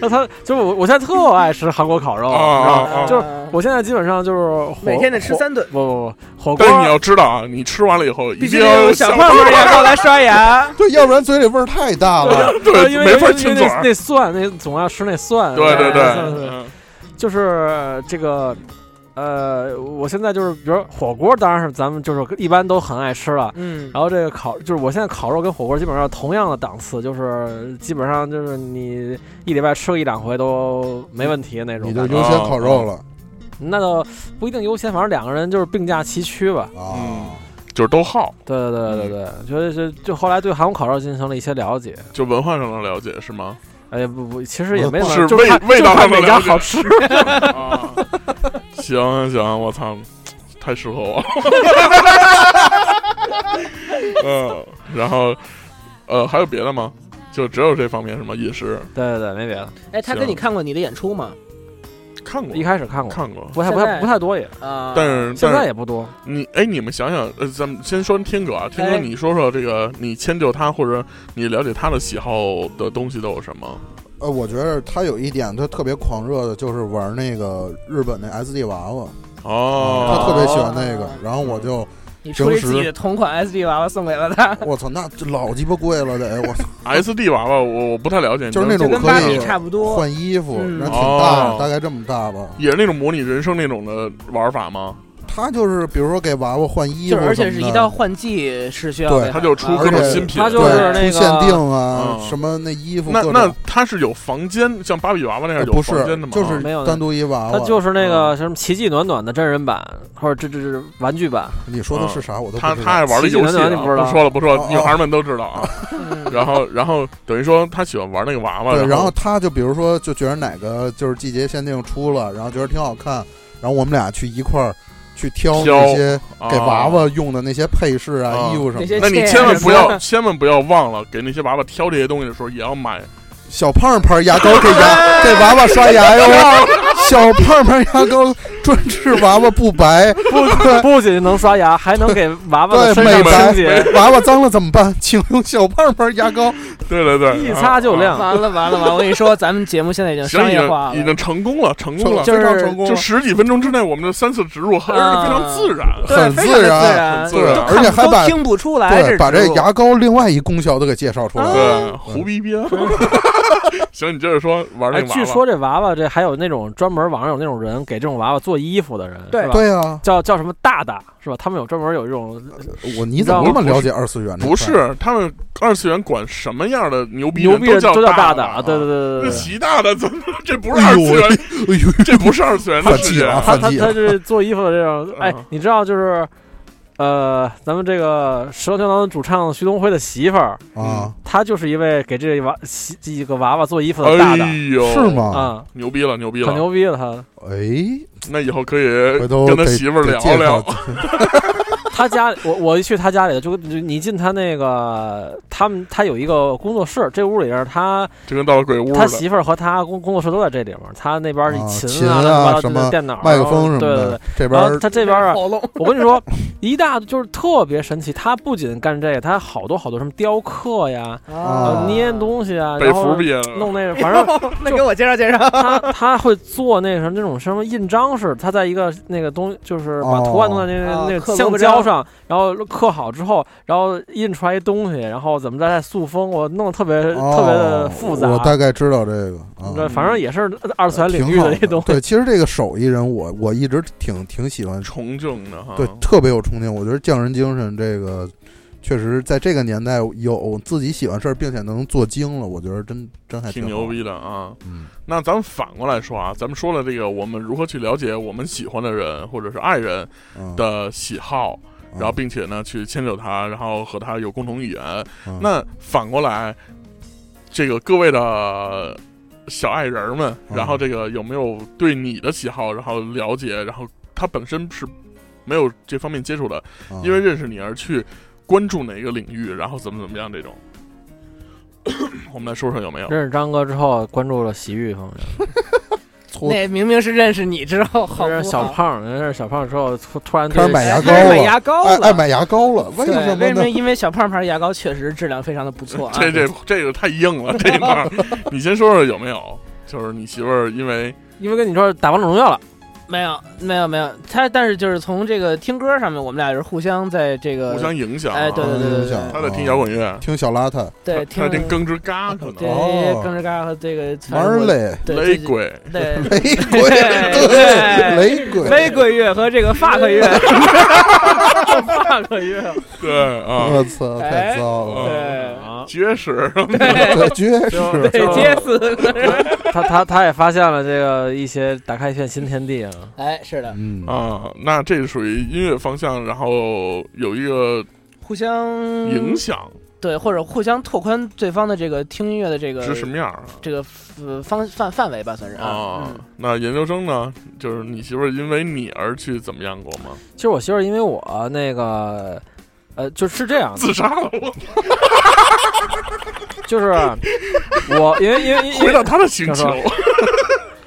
D: 那他就是我，我现在特爱吃韩国烤肉，你知道吗
B: 哎
C: 啊啊
D: 就是我现在基本上就是火
B: 每天得吃
D: 火
B: 三顿，
D: 不不不火
C: 但是你
D: 锅。
C: 要知道啊，你吃完了以后
B: 必
C: 一
B: 须
C: 定
B: 得
C: 要
B: 用
C: 用
B: 小
C: 小
B: 胖
C: 胖
B: 盆儿
C: 儿
B: 牙膏来刷牙。
E: 对，要不然嘴里味儿太大了。
C: 对
D: 因为
C: 没法
D: 因为
C: 亲嘴
D: 因为那
C: 儿
D: 那蒜，那总要吃那蒜。
C: 对对对，
D: 蒜蒜
C: 嗯
D: 就是这个，呃，我现在就是，比如火锅，当然是咱们就是一般都很爱吃了。
B: 嗯，
D: 然后这个烤，就是我现在烤肉跟火锅基本上同样的档次，就是基本上就是你一礼拜吃个一两回都没问题那种
E: 你
D: 感
E: 就
D: 觉。
E: 优先烤肉了
D: 那倒不一定优先，反正两个人就是并驾齐驱吧。
E: 啊！
C: 就是都好，
D: 对对对对对，觉得就就后来对韩国烤肉进行了一些了解，
C: 就文化上的了解是吗？
D: 哎呀不不，其实也没怎么，
C: 是
D: 就
C: 味
D: 看
C: 味
D: 就
C: 道
D: 看
C: 上的
D: 哪家
C: 了解
D: 好吃。
C: 啊，行行，我操，太适合我了。 嗯，然后呃，还有别的吗？就只有这方面是吗？饮食
D: 对对对，没别的，
B: 哎，他跟你看过你的演出吗？
C: 看过
D: 一，开始看过，
C: 看过，
D: 不太不
B: 现在
D: 太不太多也，
B: 啊，
C: 但是
D: 现
C: 但
D: 在
C: 是
D: 也不多。
C: 你哎，你们想想，呃，咱们先说天哥啊，天哥，
B: 哎
C: 你说说这个，你迁就他或者你了解他的喜好的东西都有什么？
E: 呃，我觉得他有一点，他特别狂热的，就是玩那个日本那 SD 娃娃，嗯他
C: 哦，
E: 特别喜欢那个
B: 哦。
E: 然后我就，
B: 你处理
E: 平时
B: 自己的同款 SD 娃娃送给了他，
E: 我操，那这老鸡巴贵了得，我操，
C: S D 娃娃，我我不太了解，
E: 就是
C: 你知道
E: 那
B: 就跟
E: 种可以
B: 芭比差不多。
E: 换衣服，
B: 嗯
E: 然后挺大
C: 哦
E: 的，大概这么大吧。
C: 也是那种模拟人生那种的玩法吗？
E: 他就是比如说给娃娃换衣
B: 就
E: 服什
B: 是
E: 么
B: 而且
E: 的，
B: 是一到换季是需要
E: 对
B: 给
C: 他就出
B: 啊
C: 各种
E: 而且
C: 新品，
D: 他就
E: 对
D: 是那个
E: 出限定啊，
C: 嗯
E: 什么那衣服
C: 那
E: 各种
C: 那它是有房间，像芭比娃娃那样
E: 呃
C: 有
E: 不
C: 房
E: 是
C: 间的吗？
E: 就是
D: 没有的
E: 单独一娃
D: 它
E: 娃，
D: 就是那
E: 嗯
D: 个什么奇迹暖暖的真人版，或者这这这玩具版，
E: 你说的是啥我都不
C: 他
E: 知
C: 他
E: 道。
C: 爱玩的游戏、
D: 奇迹暖暖
C: 啊，
D: 你不知道
C: 说了不说
E: 哦
C: 了，
E: 哦
C: 女孩们都知道 啊。
B: 嗯
C: 然后然后等于说他喜欢玩那个娃娃，
E: 对，然
C: 后
E: 他就比如说就觉得哪个就是季节限定出了，然后觉得挺好看，然后我们俩去一块儿去挑
C: 挑
E: 那些给娃。
C: 啊
E: 娃用的那些配饰啊、
C: 啊
E: 衣服什么
B: 那些
E: 的。
C: 那你
B: 这
C: 千万
B: 样
C: 不
B: 是
C: 要，
B: 吧
C: 千万不要忘了给那些娃娃挑这些东西的时候，也要买。
E: 小胖牌牙膏给牙给娃娃刷牙哟，小胖胖牙膏专治娃娃不白，对
D: 不仅能刷牙，还能给娃娃
E: 对
D: 的身
E: 美
D: 上
E: 白
D: 清洁，，
E: 娃娃脏了怎么办？请用小胖胖牙膏。
C: 对对对，啊
D: 一擦就亮。
B: 啊完了完了完了！我跟你说，咱们节目现在已经
C: 行，
B: 商
C: 已
B: 业化
C: 经已
B: 了，
C: 经成功了，成功了，
B: 就是
E: 非常成功
C: 就十几分钟之内，我们的三次植
D: 嗯
C: 入，而且非常自然。
B: 对
E: 很
B: 非
E: 自
B: 常的
E: 然
B: 自
C: 很自
B: 然，
C: 然
B: 都
E: 而且
B: 看
E: 还
B: 都
E: 把
B: 听不出来
E: 对，
B: 是
E: 把这
B: 植入
E: 牙膏另外一功效都给介
D: 啊
E: 绍出
C: 啊
E: 来了。
C: 对，胡逼编。 行，你接着说玩那
D: 哎，
C: 个娃
D: 据
C: 娃。
D: 说这娃娃这还有那种专门网上有那种人给这种娃娃做衣服的人，
B: 对
D: 是吧？
E: 对啊，
D: 叫叫什么大大是吧？他们有专门有这种
E: 我你怎么那
D: 你知道
E: 么
D: 吗
E: 了解二次元？
C: 不，是他们二次元管什么样的牛逼
D: 嗯牛逼
C: 都
D: 的都叫
C: 大啊
D: 大，啊对对对
C: 那
D: 对对。
C: 习大大怎么这不是二次元？
E: 哎呦，
C: 这不是二次元的
E: 反
C: 世
E: 击
C: 界
E: 了，啊，
D: 他
E: 反
D: 他
E: 击
D: 他
E: 了。
D: 是做衣服的这种，哎
C: 嗯，
D: 你知道就是，呃，咱们这个《时尚胶囊》主唱徐东辉的媳妇儿，
E: 啊！
D: 她就是一位给这娃媳这个娃娃做衣服的大大
C: 哎呦，
E: 是？吗？
D: 啊，
C: 牛逼了，牛逼
D: 可
C: 了！
D: 牛逼了她。
E: 哎，
C: 那以后可以
E: 回头
C: 呃跟他
E: 得
C: 媳妇儿
E: 得
C: 聊
E: 介绍
C: 聊。
D: 他家里，我我一去他家里，就就你进他那个，他们他有一个工作室，这屋里边他
C: 这跟到了鬼屋
D: 他
C: 似的。
D: 媳妇儿和他工工作室都在这里边，他那边
E: 啊
D: 是
E: 琴
D: 啊、
E: 啊
D: 乱七
E: 什
D: 八糟
E: 么
D: 的电脑、
E: 麦克风什么
D: 对对对
E: 的。，这边
D: 然
E: 儿
D: 后他这边啊，
B: 喉咙
D: 我跟你说， 一大就是特别神奇，他不仅干这个，他好多好多什么雕刻呀、
E: 啊
D: 呃捏东西啊，
C: 被
D: 然
C: 伏
D: 后
C: 笔了，
D: 弄那个，反正
B: 那给我介绍介绍，
D: 他他会做那个什么那种什么印章式，他在一个那个东就是把图案弄在那个、
B: 哦
E: 啊
D: 那
B: 刻个
D: 个橡胶上，然后刻好之后，然后印出来一东西，然后怎么再再塑封，我弄得特别、
E: 哦
D: 特别的复杂
E: 我。大概知道这个
D: 对，
E: 啊。
D: 反正也是二次元领
E: 挺
D: 域
E: 好
D: 的一东西。
E: 对，其实这个手艺人我，我一直挺挺喜欢，
C: 重症的哈。
E: 对，特别有冲劲。我觉得匠人精神这个，确实在这个年代有自己喜欢事儿，并且能做精了，我觉得真真还
C: 挺
E: 好
C: 牛。逼的啊！
E: 嗯，
C: 那咱们反过来说啊，咱们说了这个，我们如何去了解我们喜欢的人或者是爱人
E: 嗯，
C: 的喜好，
E: 嗯
C: 然后并且呢去牵扯他，然后和他有共同语言。
E: 嗯
C: 那反过来，这个各位的小爱人儿们，
E: 嗯
C: 然后这个有没有对你的喜好然后了解，然后他本身是没有这方面接触的，
E: 嗯
C: 因为认识你而去关注哪一个领域，然后怎么怎么样这种。 我们来说说有没有？
D: 认识张哥之后，关注了洗浴方面，
E: 搓
B: 那明明是认识你之后，好
D: 认
B: 不
D: 识小
B: 好？
D: 胖，认识小胖之后，突突然
E: 开始买牙膏啊哎
B: 开始买
E: 了
B: 牙膏
E: 爱
B: 了，
E: 爱买牙膏了，为
B: 对
E: 什么
B: 为什
E: 呢
B: 么？？因为小胖牌牙膏确实质量非常的不错啊。
C: 这这这个太硬了，这一块 儿你先说说有没有？就是你媳妇儿因为
D: 因为跟你说打王者荣耀了，
B: 没有没有没有，他但是就是从这个听歌上面，我们俩是互相在这个
C: 互相影响啊，
B: 哎对对对对对
C: 她在听摇滚乐，
E: 嗯
C: 啊
E: 听小邋遢，
B: 对
C: 她在
B: 听
C: 听耿直嘎，可
B: 对
C: 能
E: 哦
B: 跟着嘎和这个
E: 玩儿嘞，
B: 对
C: 雷
B: 对
C: 鬼，
B: 对
E: 雷鬼，
B: 对对
E: 雷鬼，
B: 雷鬼乐和这个发克乐，发克乐，
C: 对啊，
B: 嗯
E: 我操，
B: 哎
E: 太糟了，
B: 对
E: 哦
D: 啊，
C: 结实，嗯
E: 对，绝
D: 就
E: 世。
B: 对，结死。
D: 他他他也发现了这个一些打开一片新天地啊。
B: 哎，是的，
E: 嗯，
C: 啊，那这是属于音乐方向，然后有一个
B: 互相
C: 影响
B: 对，或者互相拓宽对方的这个听音乐的这个
C: 是什么样儿
B: 这个呃方范范围吧，算是嗯
C: 啊啊？那研究生呢？就是你媳妇儿因为你而去怎么样过 吗？
D: 其实我媳妇儿因为我那个，呃，就是这样的，
C: 自杀了，我
D: 就是我因为因为因
C: 回
D: 为
C: 到她的 星球
D: 小，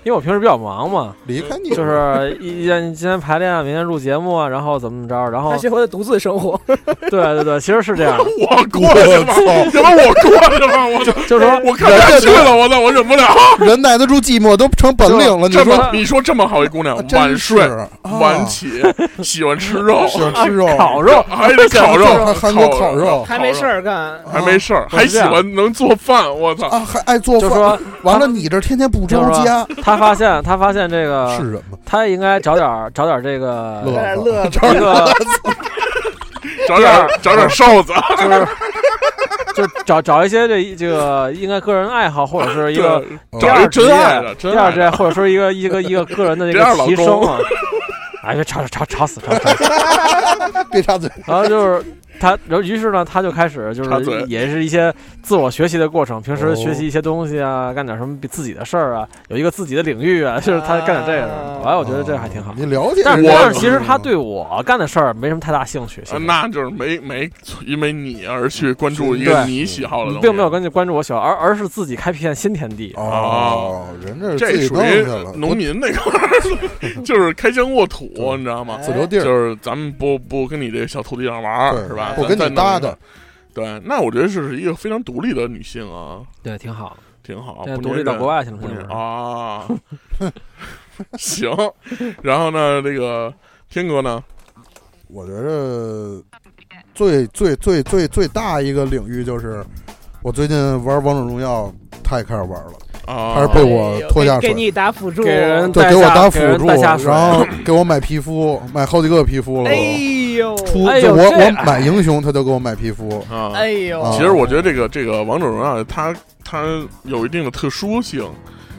D: 因为我平时比较忙嘛，
E: 离开你
D: 就是一一今天排练啊，明天录节目啊，然后怎么怎么着，然后
B: 他学会了独自生活，
D: 对对对，其实是这样的，
C: 我过去吗？要不我过去吗？我操！
D: 就是说
C: 我看不下去了，我操，我忍不了。
E: 人耐得住寂寞都成本领了，你
C: 这
E: 说
C: 么你说这么好一姑娘，晚
E: 真是
C: 睡、
E: 啊
C: 晚起，喜欢吃肉，
E: 喜欢吃肉，
D: 烤肉，
C: 哦还得 烤肉
E: 就是，韩国烤哦肉
B: 还没事儿干。
C: 还没事儿，
D: 是
C: 还喜欢能做饭，我操！
E: 啊，还爱做
D: 就
E: 饭。
D: 说
E: 完了，你这天天不着家，
D: 她发现她发现这个，
E: 是人吗？
D: 她应该找点儿找点儿这个
E: 乐
B: 点乐
E: 这
D: 一个
C: 找点找点瘦子，
D: 就是。就找找一些这这个应该个人爱好，或者是一个
C: 对
D: 第
C: 找
D: 二
C: 一真爱
D: 职业
C: 的，
D: 第
C: 真
D: 二
C: 爱
D: 这
C: 的。
D: 或者说一个一个一个个人的一
C: 第二
D: 个
C: 老
D: 提升
C: 公
D: 啊，哎，就吵吵吵死吵死。
E: 别插嘴，
D: 然后就是他，然后于是呢，他就开始就
C: 插嘴
D: 是也是一些自我学习的过程，平
E: 哦
D: 时学习一些东西啊，干点什么比自己的事儿啊，有一个自己的领域啊， 就是他干点这个事
C: 啊
D: 儿。完了，我觉得这还挺好
E: 哦
C: 嗯
E: 你。了解
D: 但是
E: 人家
D: 但
C: 我
D: 是其实他对我干的事儿没什么太大兴趣，其
E: 哦
C: 呃
D: 实
C: 那就是没没因为你而去关注一个
D: 对
C: 你喜好的东西，
D: 并没有跟你关注我喜欢，而而是自己开辟一片新天地。
E: 哦，人这是
C: 哦这
E: 自己
C: 属
E: 弄去
C: 于
E: 了，
C: 农民那块儿， 就是开疆沃土，你知道吗
E: 不？自留地
C: 就
E: 儿，
C: 是咱们不不跟你这小土地上玩儿，
E: 对
C: 是吧？
E: 不
C: 咱
E: 跟
C: 再
E: 你
C: 弄
E: 搭
C: 一个
E: 的。
C: 对，那我觉得是一个非常独立的女性啊，
D: 对，挺好，
C: 挺好，
D: 现在
C: 哦不
D: 独立
C: 粘
D: 到
C: 人
D: 国外去了，
C: 不粘
D: 现在不是
C: 啊。 行，然后呢，这个天哥呢，
E: 我觉着最最最最最大一个领域就是，我最近玩王者荣耀太开始玩了，
C: 啊，
E: 还是被我拖下
B: 给给
E: 水
B: 你打辅助，
D: 给人
E: 对，
D: 带
E: 给我
D: 下
E: 打辅
D: 给人
E: 助，
D: 带下水
E: 然后给我买皮肤，买好几个皮肤了
B: 哎
E: 都。
B: 呦，
E: 出
D: 哎
E: 就
D: 呦
E: 我
D: 这
E: 我买英雄，他就给我买皮肤。
C: 啊，
B: 哎呦，
E: 啊
C: 其实我觉得这个这个王者荣耀它它有一定的特殊性，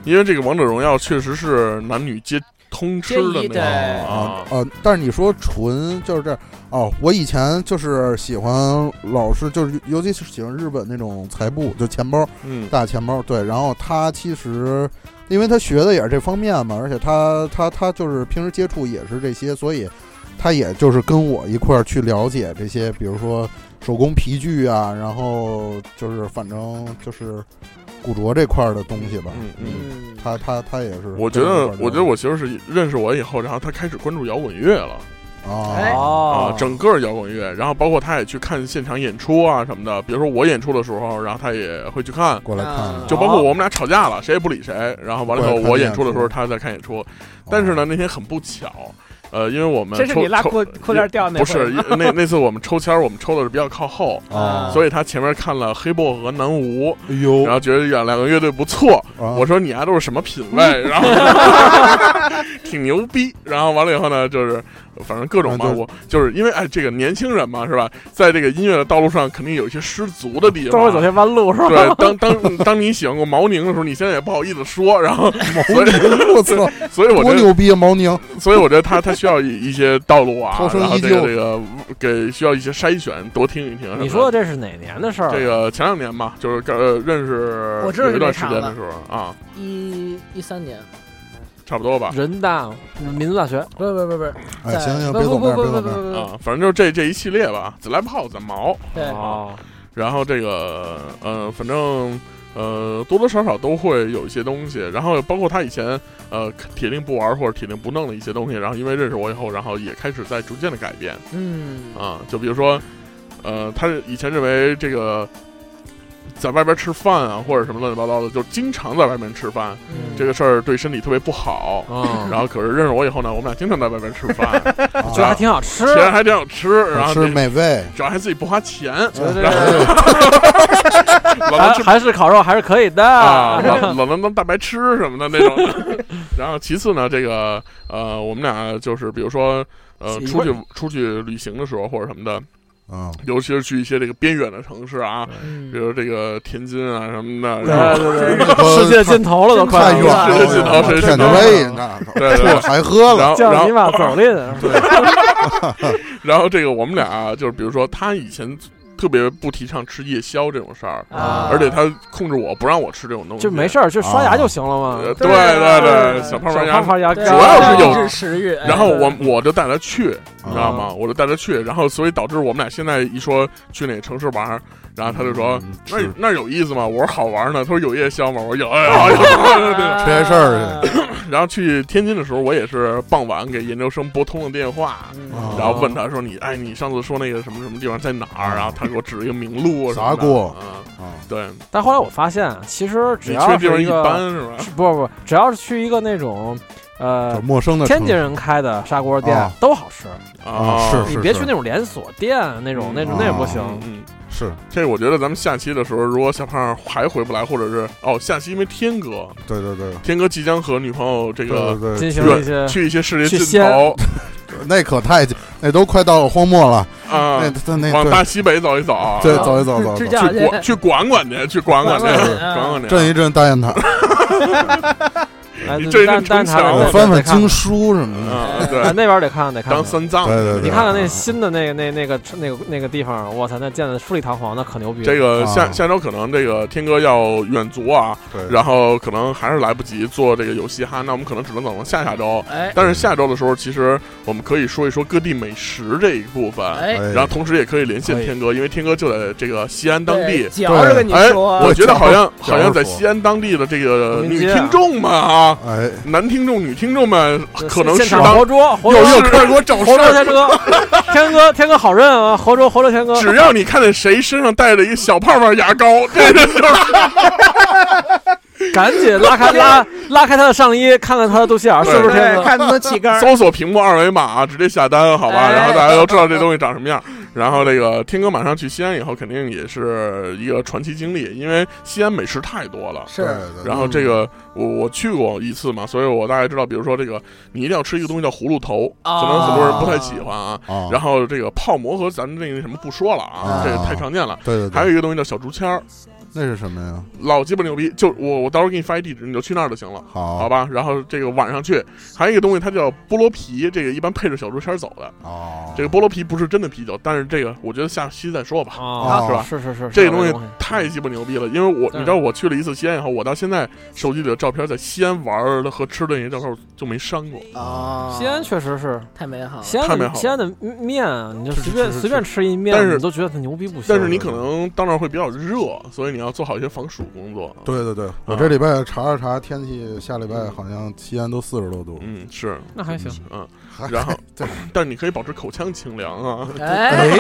C: 因为这个王者荣耀确实是男女皆通吃的
B: 皆
C: 那种
B: 宜对
C: 啊，
E: 呃，但是你说纯就是这样哦，我以前就是喜欢老是就是尤其是喜欢日本那种财布，就钱包
C: 嗯
E: 大钱包，对。然后他其实因为他学的也是这方面嘛，而且他他他就是平时接触也是这些，所以他也就是跟我一块儿去了解这些，比如说手工皮具啊，然后就是反正就是古着这块儿的东西吧。
C: 嗯嗯。
B: 嗯，
E: 他他他也是，
C: 我觉得，我觉得我媳妇儿是认识我以后，然后她开始关注摇滚乐了
E: 啊，
B: 哎
D: 哦
C: 啊，，整个摇滚乐，然后包括她也去看现场演出啊什么的。比如说我演出的时候，然后她也会去看，
E: 过来看
B: 啊
E: 看，
C: 就包括我们俩吵架了，谁也不理谁。然后完了以后，
E: 哦过来看哦
C: 我演出的时候
E: 演出
C: 她在看演出，但是呢，那天很不巧，呃，因为我们
B: 这是
C: 抽
B: 你拉
C: 抽
B: 裤裤链掉那
C: 不
B: 会儿
C: 是
B: 吗
C: 那那次我们抽签儿，我们抽的是比较靠后，
E: 啊，
C: 所以他前面看了黑薄荷和南无，
E: 哎呦
C: 然后觉得两两个乐队不错。
E: 啊
C: 我说你丫都是什么品味？ 然后挺牛逼。然后完了以后呢，就是反正各种嘛，
E: 啊对
C: 我就是因为哎，这个年轻人嘛，是吧？在这个音乐的道路上，肯定有一些失足的地
D: 都是走
C: 方。
D: 些弯路是 吧？
C: 对，当当当你喜欢过毛宁的时候，你现在也不好意思说，然后所以
E: 我操，
C: 所以我觉
E: 多
C: 得
E: 牛逼啊，毛宁！
C: 所以我觉得他他需要一一些道路啊
E: 涛，声依
C: 然后这个
E: 旧
C: 这个给需要一些筛选，多听一听什么的。
D: 你说的这是哪年的事儿？
C: 这个前两年吧，就是刚呃认识
B: 我知道
C: 有一
B: 是
C: 段
B: 哪
C: 时
B: 场
C: 间的
B: 了
C: 时候啊，
B: 一一三年，
C: 差不多吧
D: 人大民族大学，
B: 不不不不，
E: 哎，
B: 在
E: 行行，
B: 不
E: 别
B: 不
E: 走
B: 不
E: 面，
B: 不
E: 别
B: 不
E: 走
B: 不
E: 面，
B: 不，
C: 啊，反正就这这一系列吧，紫来泡攒毛，
B: 对，
D: 哦，
C: 然后这个呃，反正呃多多少少都会有一些东西，然后包括他以前呃铁定不玩或者铁定不弄的一些东西，然后因为认识我以后，然后也开始在逐渐的改变。
B: 嗯，
C: 啊，就比如说，呃，他以前认为这个在外边吃饭啊，或者什么乱七八糟的，就经常在外面吃饭
B: 嗯
C: 这个事儿对身体特别不好。
D: 嗯，
C: 然后可是认识我以后呢，我们俩经常在外边吃饭，
E: 啊
D: 觉得还挺好吃
C: 其，实还挺好吃，然后
E: 吃
C: 这
E: 美味，
C: 主要还自己不花钱，
D: 觉得这
C: 然
D: 个
C: 后 老
D: 还
C: 能吃
D: 还是烤肉还是可以的
C: 啊，老老能当大白痴什么的那种。然后其次呢，这个呃，我们俩就是比如说呃，
D: 习
C: 出
D: 惯
C: 去出去旅行的时候或者什么的，
E: 啊，
C: 尤其是去一些这个边远的城市啊，
B: 嗯
C: 比如这个天津啊什么的，
D: 对
C: 然后
D: 对对
E: 我
D: 对，呃世界尽头了都快，
E: 太远了，
C: 世界尽头世界
E: 天
C: 尽头
E: 津卫那
C: 对对
E: 这还喝
C: 然
E: 了，
C: 后然
D: 嗯叫你
C: 后
D: 妈 走了，
C: 然后这个我们俩啊就是比如说他以前特别不提倡吃夜宵这种事儿，
B: 啊，
C: 而且他控制我不让我吃这种东西，
D: 就没事儿，就刷牙就行了嘛
C: 呃。对
B: 对啊
C: 对对，
B: 对
C: 小胖胖
D: 小胖
C: 呃牙。
D: 胖牙啊
B: 对
C: 主要是有
B: 抑制食欲，哎
C: 然后我
B: 对
C: 我就带他去，你知道
E: 啊
C: 吗？我就带他去，然后所以导致我们俩现在一说去哪个城市玩儿，然后他就说
E: 嗯
C: 那
E: 吃
C: 那有意思吗？我说好玩呢。他说有夜宵吗？我说有， 哎呀，有对。
B: 啊
E: 出来事儿
B: 去，
C: 然后去天津的时候，我也是傍晚给研究生拨通了电话，
B: 嗯
E: 啊
C: 然后问他说你：“哎，你上次说那个什么什么地方在哪儿？”啊然后他给我指一个名录什么的。
E: 砸锅
C: 啊，
E: 啊，
C: 对，
D: 但后来我发现，其实只
C: 你去的
D: 要
C: 地方
D: 是
C: 一
D: 一个
C: 般是吧？
D: 是不不，只要是去一个那种
E: 这
D: 呃
E: 啊陌生的
D: 天津
E: 城
D: 人开的砂锅店
E: 啊
D: 都好吃，
E: 啊是
D: 你
E: 是
D: 别
E: 是
D: 去那种连锁店那种那种
E: 嗯
D: 那不行。
C: 嗯嗯，
E: 市
C: 这我觉得咱们下期的时候，如果小胖还回不来，或者是哦，下期因为天哥，
E: 对对对
C: 天哥即将和女朋友这
E: 对
C: 个
E: 对对，
D: 进行
C: 对
D: 一些
C: 去一些世界
D: 嗯去
C: 尽
D: 西
C: 头
E: 那可太那都快到荒漠了，
C: 啊
E: 那，他那
C: 往
E: 对
C: 大西北走一走啊，
E: 对走一走走一
B: 支
E: 走，
B: 架
C: 去
D: 嗯
C: 管去管管去，去管管去，
B: 管管去
C: 管管去，
E: 震一震大雁塔。
D: 哎
C: 你这啊
D: 但
C: 人城
D: 但是
C: 墙
D: 他对
E: 我
D: 对
C: 了，
E: 翻
D: 对
E: 翻
D: 看
E: 经书什么的。
C: 啊，
D: 啊
C: 对，
D: 那边得看得看
C: 当。三藏，
E: 对嗯对
D: 你
E: 对，
D: 看看那
C: 啊
D: 新的那个那那个那个那个地方，我操，那建的富丽堂皇的，可牛逼了。
C: 这个下
E: 啊
C: 下周可能这个天哥要远足啊，
E: 对
C: 然后可能还是来不及做这个游戏哈，那我们可能只能等到下下周。
B: 哎
C: 但是下周的时候，其实我们可以说一说各地美食这一部分，
B: 哎，
E: 哎
C: 然后同时也可以连线
D: 可以
C: 天哥，因为天哥就在这个西安当地
B: 对。嚼着跟你
C: 哎，
B: 说，
C: 我觉得好像
E: 小
C: 好像在
E: 说
C: 西安当地的这个
D: 民
C: 女
D: 街啊
C: 听众们啊，
E: 哎，
C: 男听众、女听众们
D: 这
C: 可能
D: 现
C: 是
D: 场
C: 当
D: 活捉，活捉
C: 又又开始给我找事
D: 活捉天
C: 儿。
D: 哥，天哥天哥好认啊，活捉活捉天哥。
C: 只要你看见谁身上带着一个小泡泡牙膏，这个就是
D: 赶紧拉开拉拉开他的上衣，看看他的肚脐眼儿是不是天
B: 对，
C: 哎
D: 哥？
B: 看能不能起杆儿。
C: 搜索屏幕二维码啊，直接下单，好吧？
B: 哎
C: 然后大家都知道这东西长什么样。然后这个天哥马上去西安以后，肯定也是一个传奇经历，因为西安美食太多了。
B: 是，
E: 对对对
C: 然后这个我我去过一次嘛，所以我大概知道，比如说这个你一定要吃一个东西叫葫芦头，
B: 啊
C: 可能很多人不太喜欢啊。
E: 啊，
C: 然后这个泡馍和咱们这个什么不说了啊，
E: 啊
C: 这个太常见了。
E: 对对对，
C: 还有一个东西叫小竹签儿，
E: 那是什么呀？
C: 老鸡巴牛逼，就我我到时候给你发一地址，你就去那儿就行了。
E: 好，
C: 好
E: 吧，
C: 吧，然后这个晚上去，还有一个东西，它叫菠萝啤，这个一般配着小竹签儿走的。
E: 哦，
C: 这个菠萝啤不是真的啤酒，但是这个我觉得下期再说吧。
D: 啊，
E: 是吧
D: 是是是，
C: 这个
D: 是
C: 东西
D: 西
C: 太鸡巴牛逼了，因为我
D: 对
C: 你知道我去了一次西安以后，我到现在手机里的照片在西安玩儿的和吃的那些照片我就没删过。
B: 啊，
D: 西安确实是
B: 太美好了，
D: 西
C: 太
D: 安
C: 美
D: 的
C: 好了
D: 西安的面啊，你就是随便
C: 是是
D: 随便吃一面，
C: 但是
D: 你都觉得它牛逼不行。
C: 但是你可能到那儿会比较热，所以你要做好一些防暑工作。，
E: 对对
C: 嗯
E: 对，我这礼拜查了查天气，下礼拜好像西安都四十多度，
C: 嗯，是，
D: 那还行，
C: 嗯，
E: 还
C: 然后
E: 对，
C: 但是你可以保持口腔清凉啊。
B: 哎，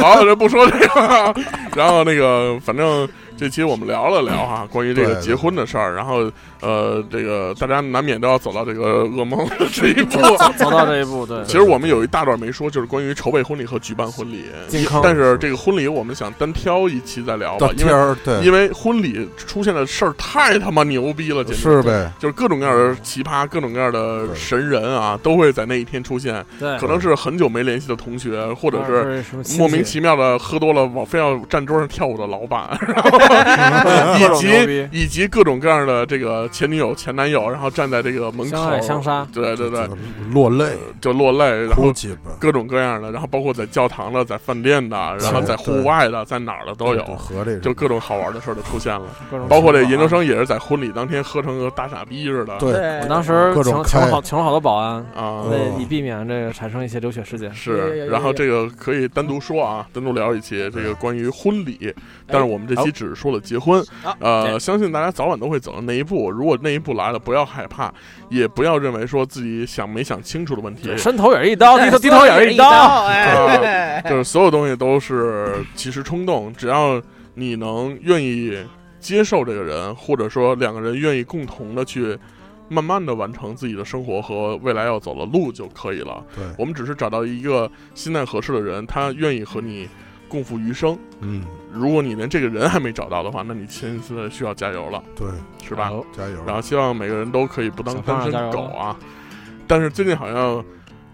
C: 好，这不说这个了。然后那个，反正这期我们聊了聊哈，关于这个
E: 对
C: 结婚的事儿。然后呃，这个大家难免都要走到这个噩梦的这一步。
D: 走到这一步，对
C: 其实我们有一大段没说，就是关于筹备婚礼和举办婚礼。
D: 健康
C: 但是这个婚礼我们想单挑一期再聊吧
E: 到，
C: 因
E: 天
C: 为
E: 儿对，
C: 因为婚礼出现的事儿太他妈牛逼了，简直
E: 是呗，
C: 就是各种各样的奇葩，各种各样的
E: 对
C: 神人啊，都会在那一天出现。
D: 对，啊
C: 可能是很久没联系的同学，或者是
D: 是什么亲
C: 莫名
D: 戚
C: 其妙的喝多了往非要站桌上跳舞的老板，
D: 嗯各
C: 以
D: 种牛
C: 及
D: 逼
C: 以及各种各样的这个前女友、前男友，然后站在这个门口
D: 相爱相杀，
C: 对对对，，
E: 落泪，
C: 就落泪，然
E: 哭
C: 后
E: 泣吧，
C: 各种各样的，然后包括在教堂的、在饭店的，然后在户外的、在哪儿的都
E: 对
C: 有，
E: 合这
C: 就各种好玩的事儿就出现了，
D: 各种
C: 包括这
D: 情
C: 研
D: 况
C: 究生也是在婚礼当天喝成个大傻逼似的，
E: 对
D: 啊。
B: 对，
D: 我当时
E: 各种
D: 请请
E: 开哦
D: 了好请了好多保安，
C: 啊，
D: 为以避免这个产生一些流血事件。
B: 嗯有有
C: 是，
B: 有
C: 然后
B: 有
C: 这个可以单独说啊，单独聊一期这个关于婚礼，但是我们这期只是说了结婚
B: 哎好，
C: 呃，相信大家早晚都会走到那一步。如果那一步来了，不要害怕，也不要认为说自己想没想清楚的问题，
D: 伸头也是一刀，低头低头也是一刀。
B: 刀，哎，
C: 就是所有东西都是其实冲动，只要你能愿意接受这个人，或者说两个人愿意共同的去。慢慢的完成自己的生活和未来要走的路就可以了。
E: 对，
C: 我们只是找到一个心态合适的人，他愿意和你共赴余生。
E: 嗯，
C: 如果你连这个人还没找到的话，那你现在需要加油了，
E: 对，
C: 是吧？
D: 哦
E: 加油，
C: 然后希望每个人都可以不当
D: 小
C: 单
D: 胖啊加油
C: 身狗啊。但是最近好像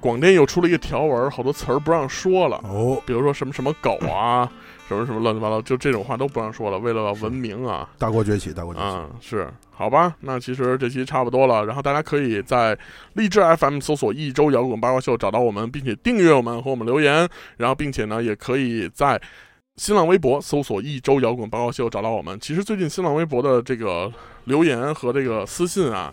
C: 广电又出了一个条文，好多词儿不让说了，
E: 哦，
C: 比如说什么什么狗啊， 什么什么乱七八糟，就这种话都不让说了，为了文明啊。
E: 大国崛起，大国崛起，
C: 啊、是，好吧，那其实这期差不多了，然后大家可以在荔枝 FM 搜索“一周摇滚八卦秀”找到我们，并且订阅我们和我们留言，然后并且呢，也可以在新浪微博搜索“一周摇滚八卦秀”找到我们。其实最近新浪微博的这个留言和这个私信啊。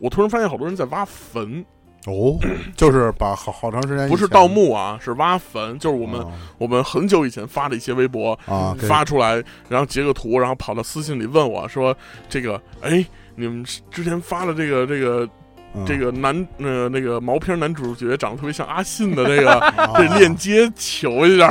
C: 我突然发现好多人在挖坟，
E: 哦，就是把好好长时间
C: 不是盗，墓啊，是挖坟，就是我们、
E: 哦
C: 我们很久以前发的一些微博，
E: 啊给
C: 发出来，然后截个图，然后跑到私信里问我说：“这个，哎，你们之前发的这个这个
E: 嗯
C: 这个男呃那个毛片男主角长得特别像阿信的 那个
E: 啊 哦
C: 这链接求一下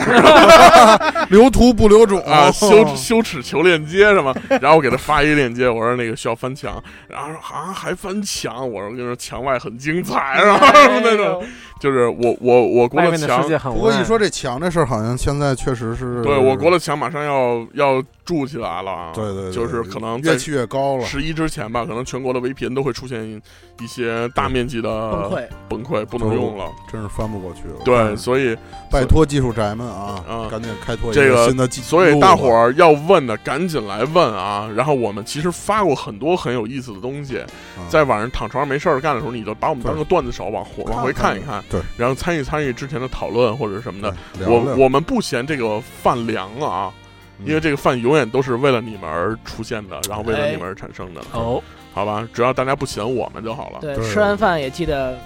E: 留图不留种哦
C: 啊，羞羞耻求链接是吗？” 然后我给他发一个链接，我说那个需要翻墙，然后说啊还翻墙，我说跟你说墙外很精彩是吧？
E: 哎
C: 那种就是我我我国
D: 外
C: 的
D: 面的
C: 墙
D: 世。界很
E: 不
D: 无
E: 过
D: 奈
E: 一。说这墙这事儿，好像现在确实是
C: 对我国的墙马上要要住起来了啊，
E: 对对对，
C: 就是可能在
E: 越去越高了，
C: 十一之前吧，可能全国的 VPN 都会出现一些大面积
B: 崩
C: 的
B: 溃。
C: 崩溃，不能用了。
E: 真是翻不过去了。
C: 对，所以
E: 哦嗯拜托技术宅们啊，
C: 嗯
E: 赶紧开拓一
C: 这个
E: 新的技，
C: 所以
E: 路
C: 大
E: 吧
C: 伙儿要问的赶紧来问啊！然后我们其实发过很多很有意思的东西，
E: 嗯
C: 在晚上躺床上没事儿干的时候，你就把我们当个段子手往回往回看一看，
E: 嗯对，
C: 然后参与参与之前的讨论或者什么的。
E: 对聊
C: 我
E: 聊
C: 我们不嫌这个饭凉啊，
E: 嗯
C: 因为这个饭永远都是为了你们而出现的，然后为了你们而产生的，
D: 哦，
C: 哎好吧？只要大家不嫌我们就好了。
B: 对，
E: 对
B: 吃完饭也记得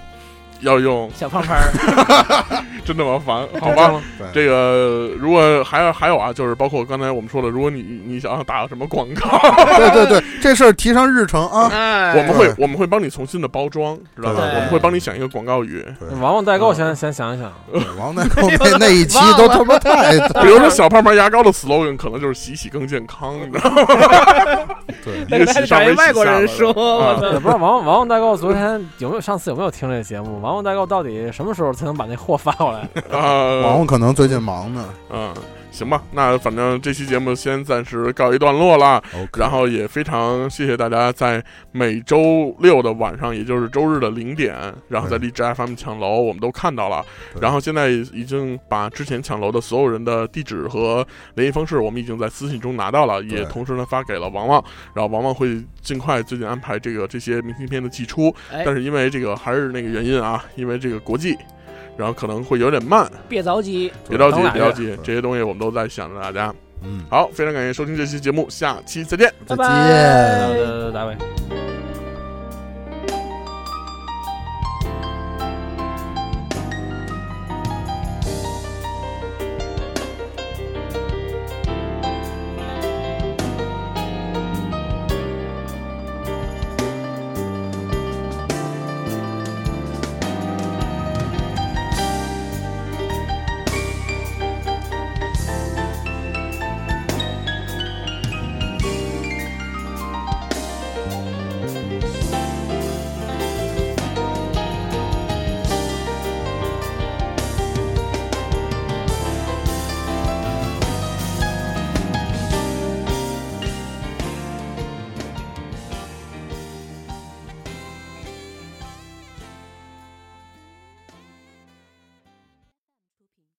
C: 要用
B: 小胖胖儿。
C: 真的吗？烦，好
D: 这样
C: 吧
D: 了。
E: 对
C: 这个如果还有还有啊，就是包括刚才我们说的，如果你你想要打个什么广 告，
E: 对 对对，这事儿提上日程啊。
B: 哎，
C: 我们会
E: 对
C: 我们会帮你重新的包装，知道吧？
B: 对
C: 我们会帮你想一个广告语，
E: 对
D: 王王代购先先想一 想，
E: 对王代购那那一期都他妈 太
C: 比如说小胖胖牙膏的 slogan 可能就是“洗洗更健康”，你知 道吗？
E: 对
C: 一个洗上
B: 找
C: 没洗
B: 一
C: 下
B: 外国人
C: 来的啊
B: 说，我操
D: 也不知道王王王代购昨天有没有上次有没有听这个节目？王王代购到底什么时候才能把那货发过来？
E: 王
C: 啊，
E: 王可能最近忙呢。
C: 嗯，行吧，那反正这期节目先暂时告一段落了。
E: OK
C: 然后也非常谢谢大家在每周六的晚上，也就是周日的零点，然后在荔枝 FM 抢楼，我们都看到了。
E: 对
C: 然后现在已经把之前抢楼的所有人的地址和联系方式，我们已经在私信中拿到了，也
E: 对
C: 同时呢发给了王王。然后王王会尽快最近安排这个这些明信片的寄出，
B: 哎
C: 但是因为这个还是那个原因啊，因为这个国际。然后可能会有点慢，
B: 别着急，
C: 别着急
D: 当，然
C: 别着急
E: 对，
C: 这些东西我们都在想着大家。
E: 嗯，
C: 好，非常感谢收听这期节目，下期再见。
E: 再
B: 拜拜
E: 见。
D: 呃，大卫。
A: 我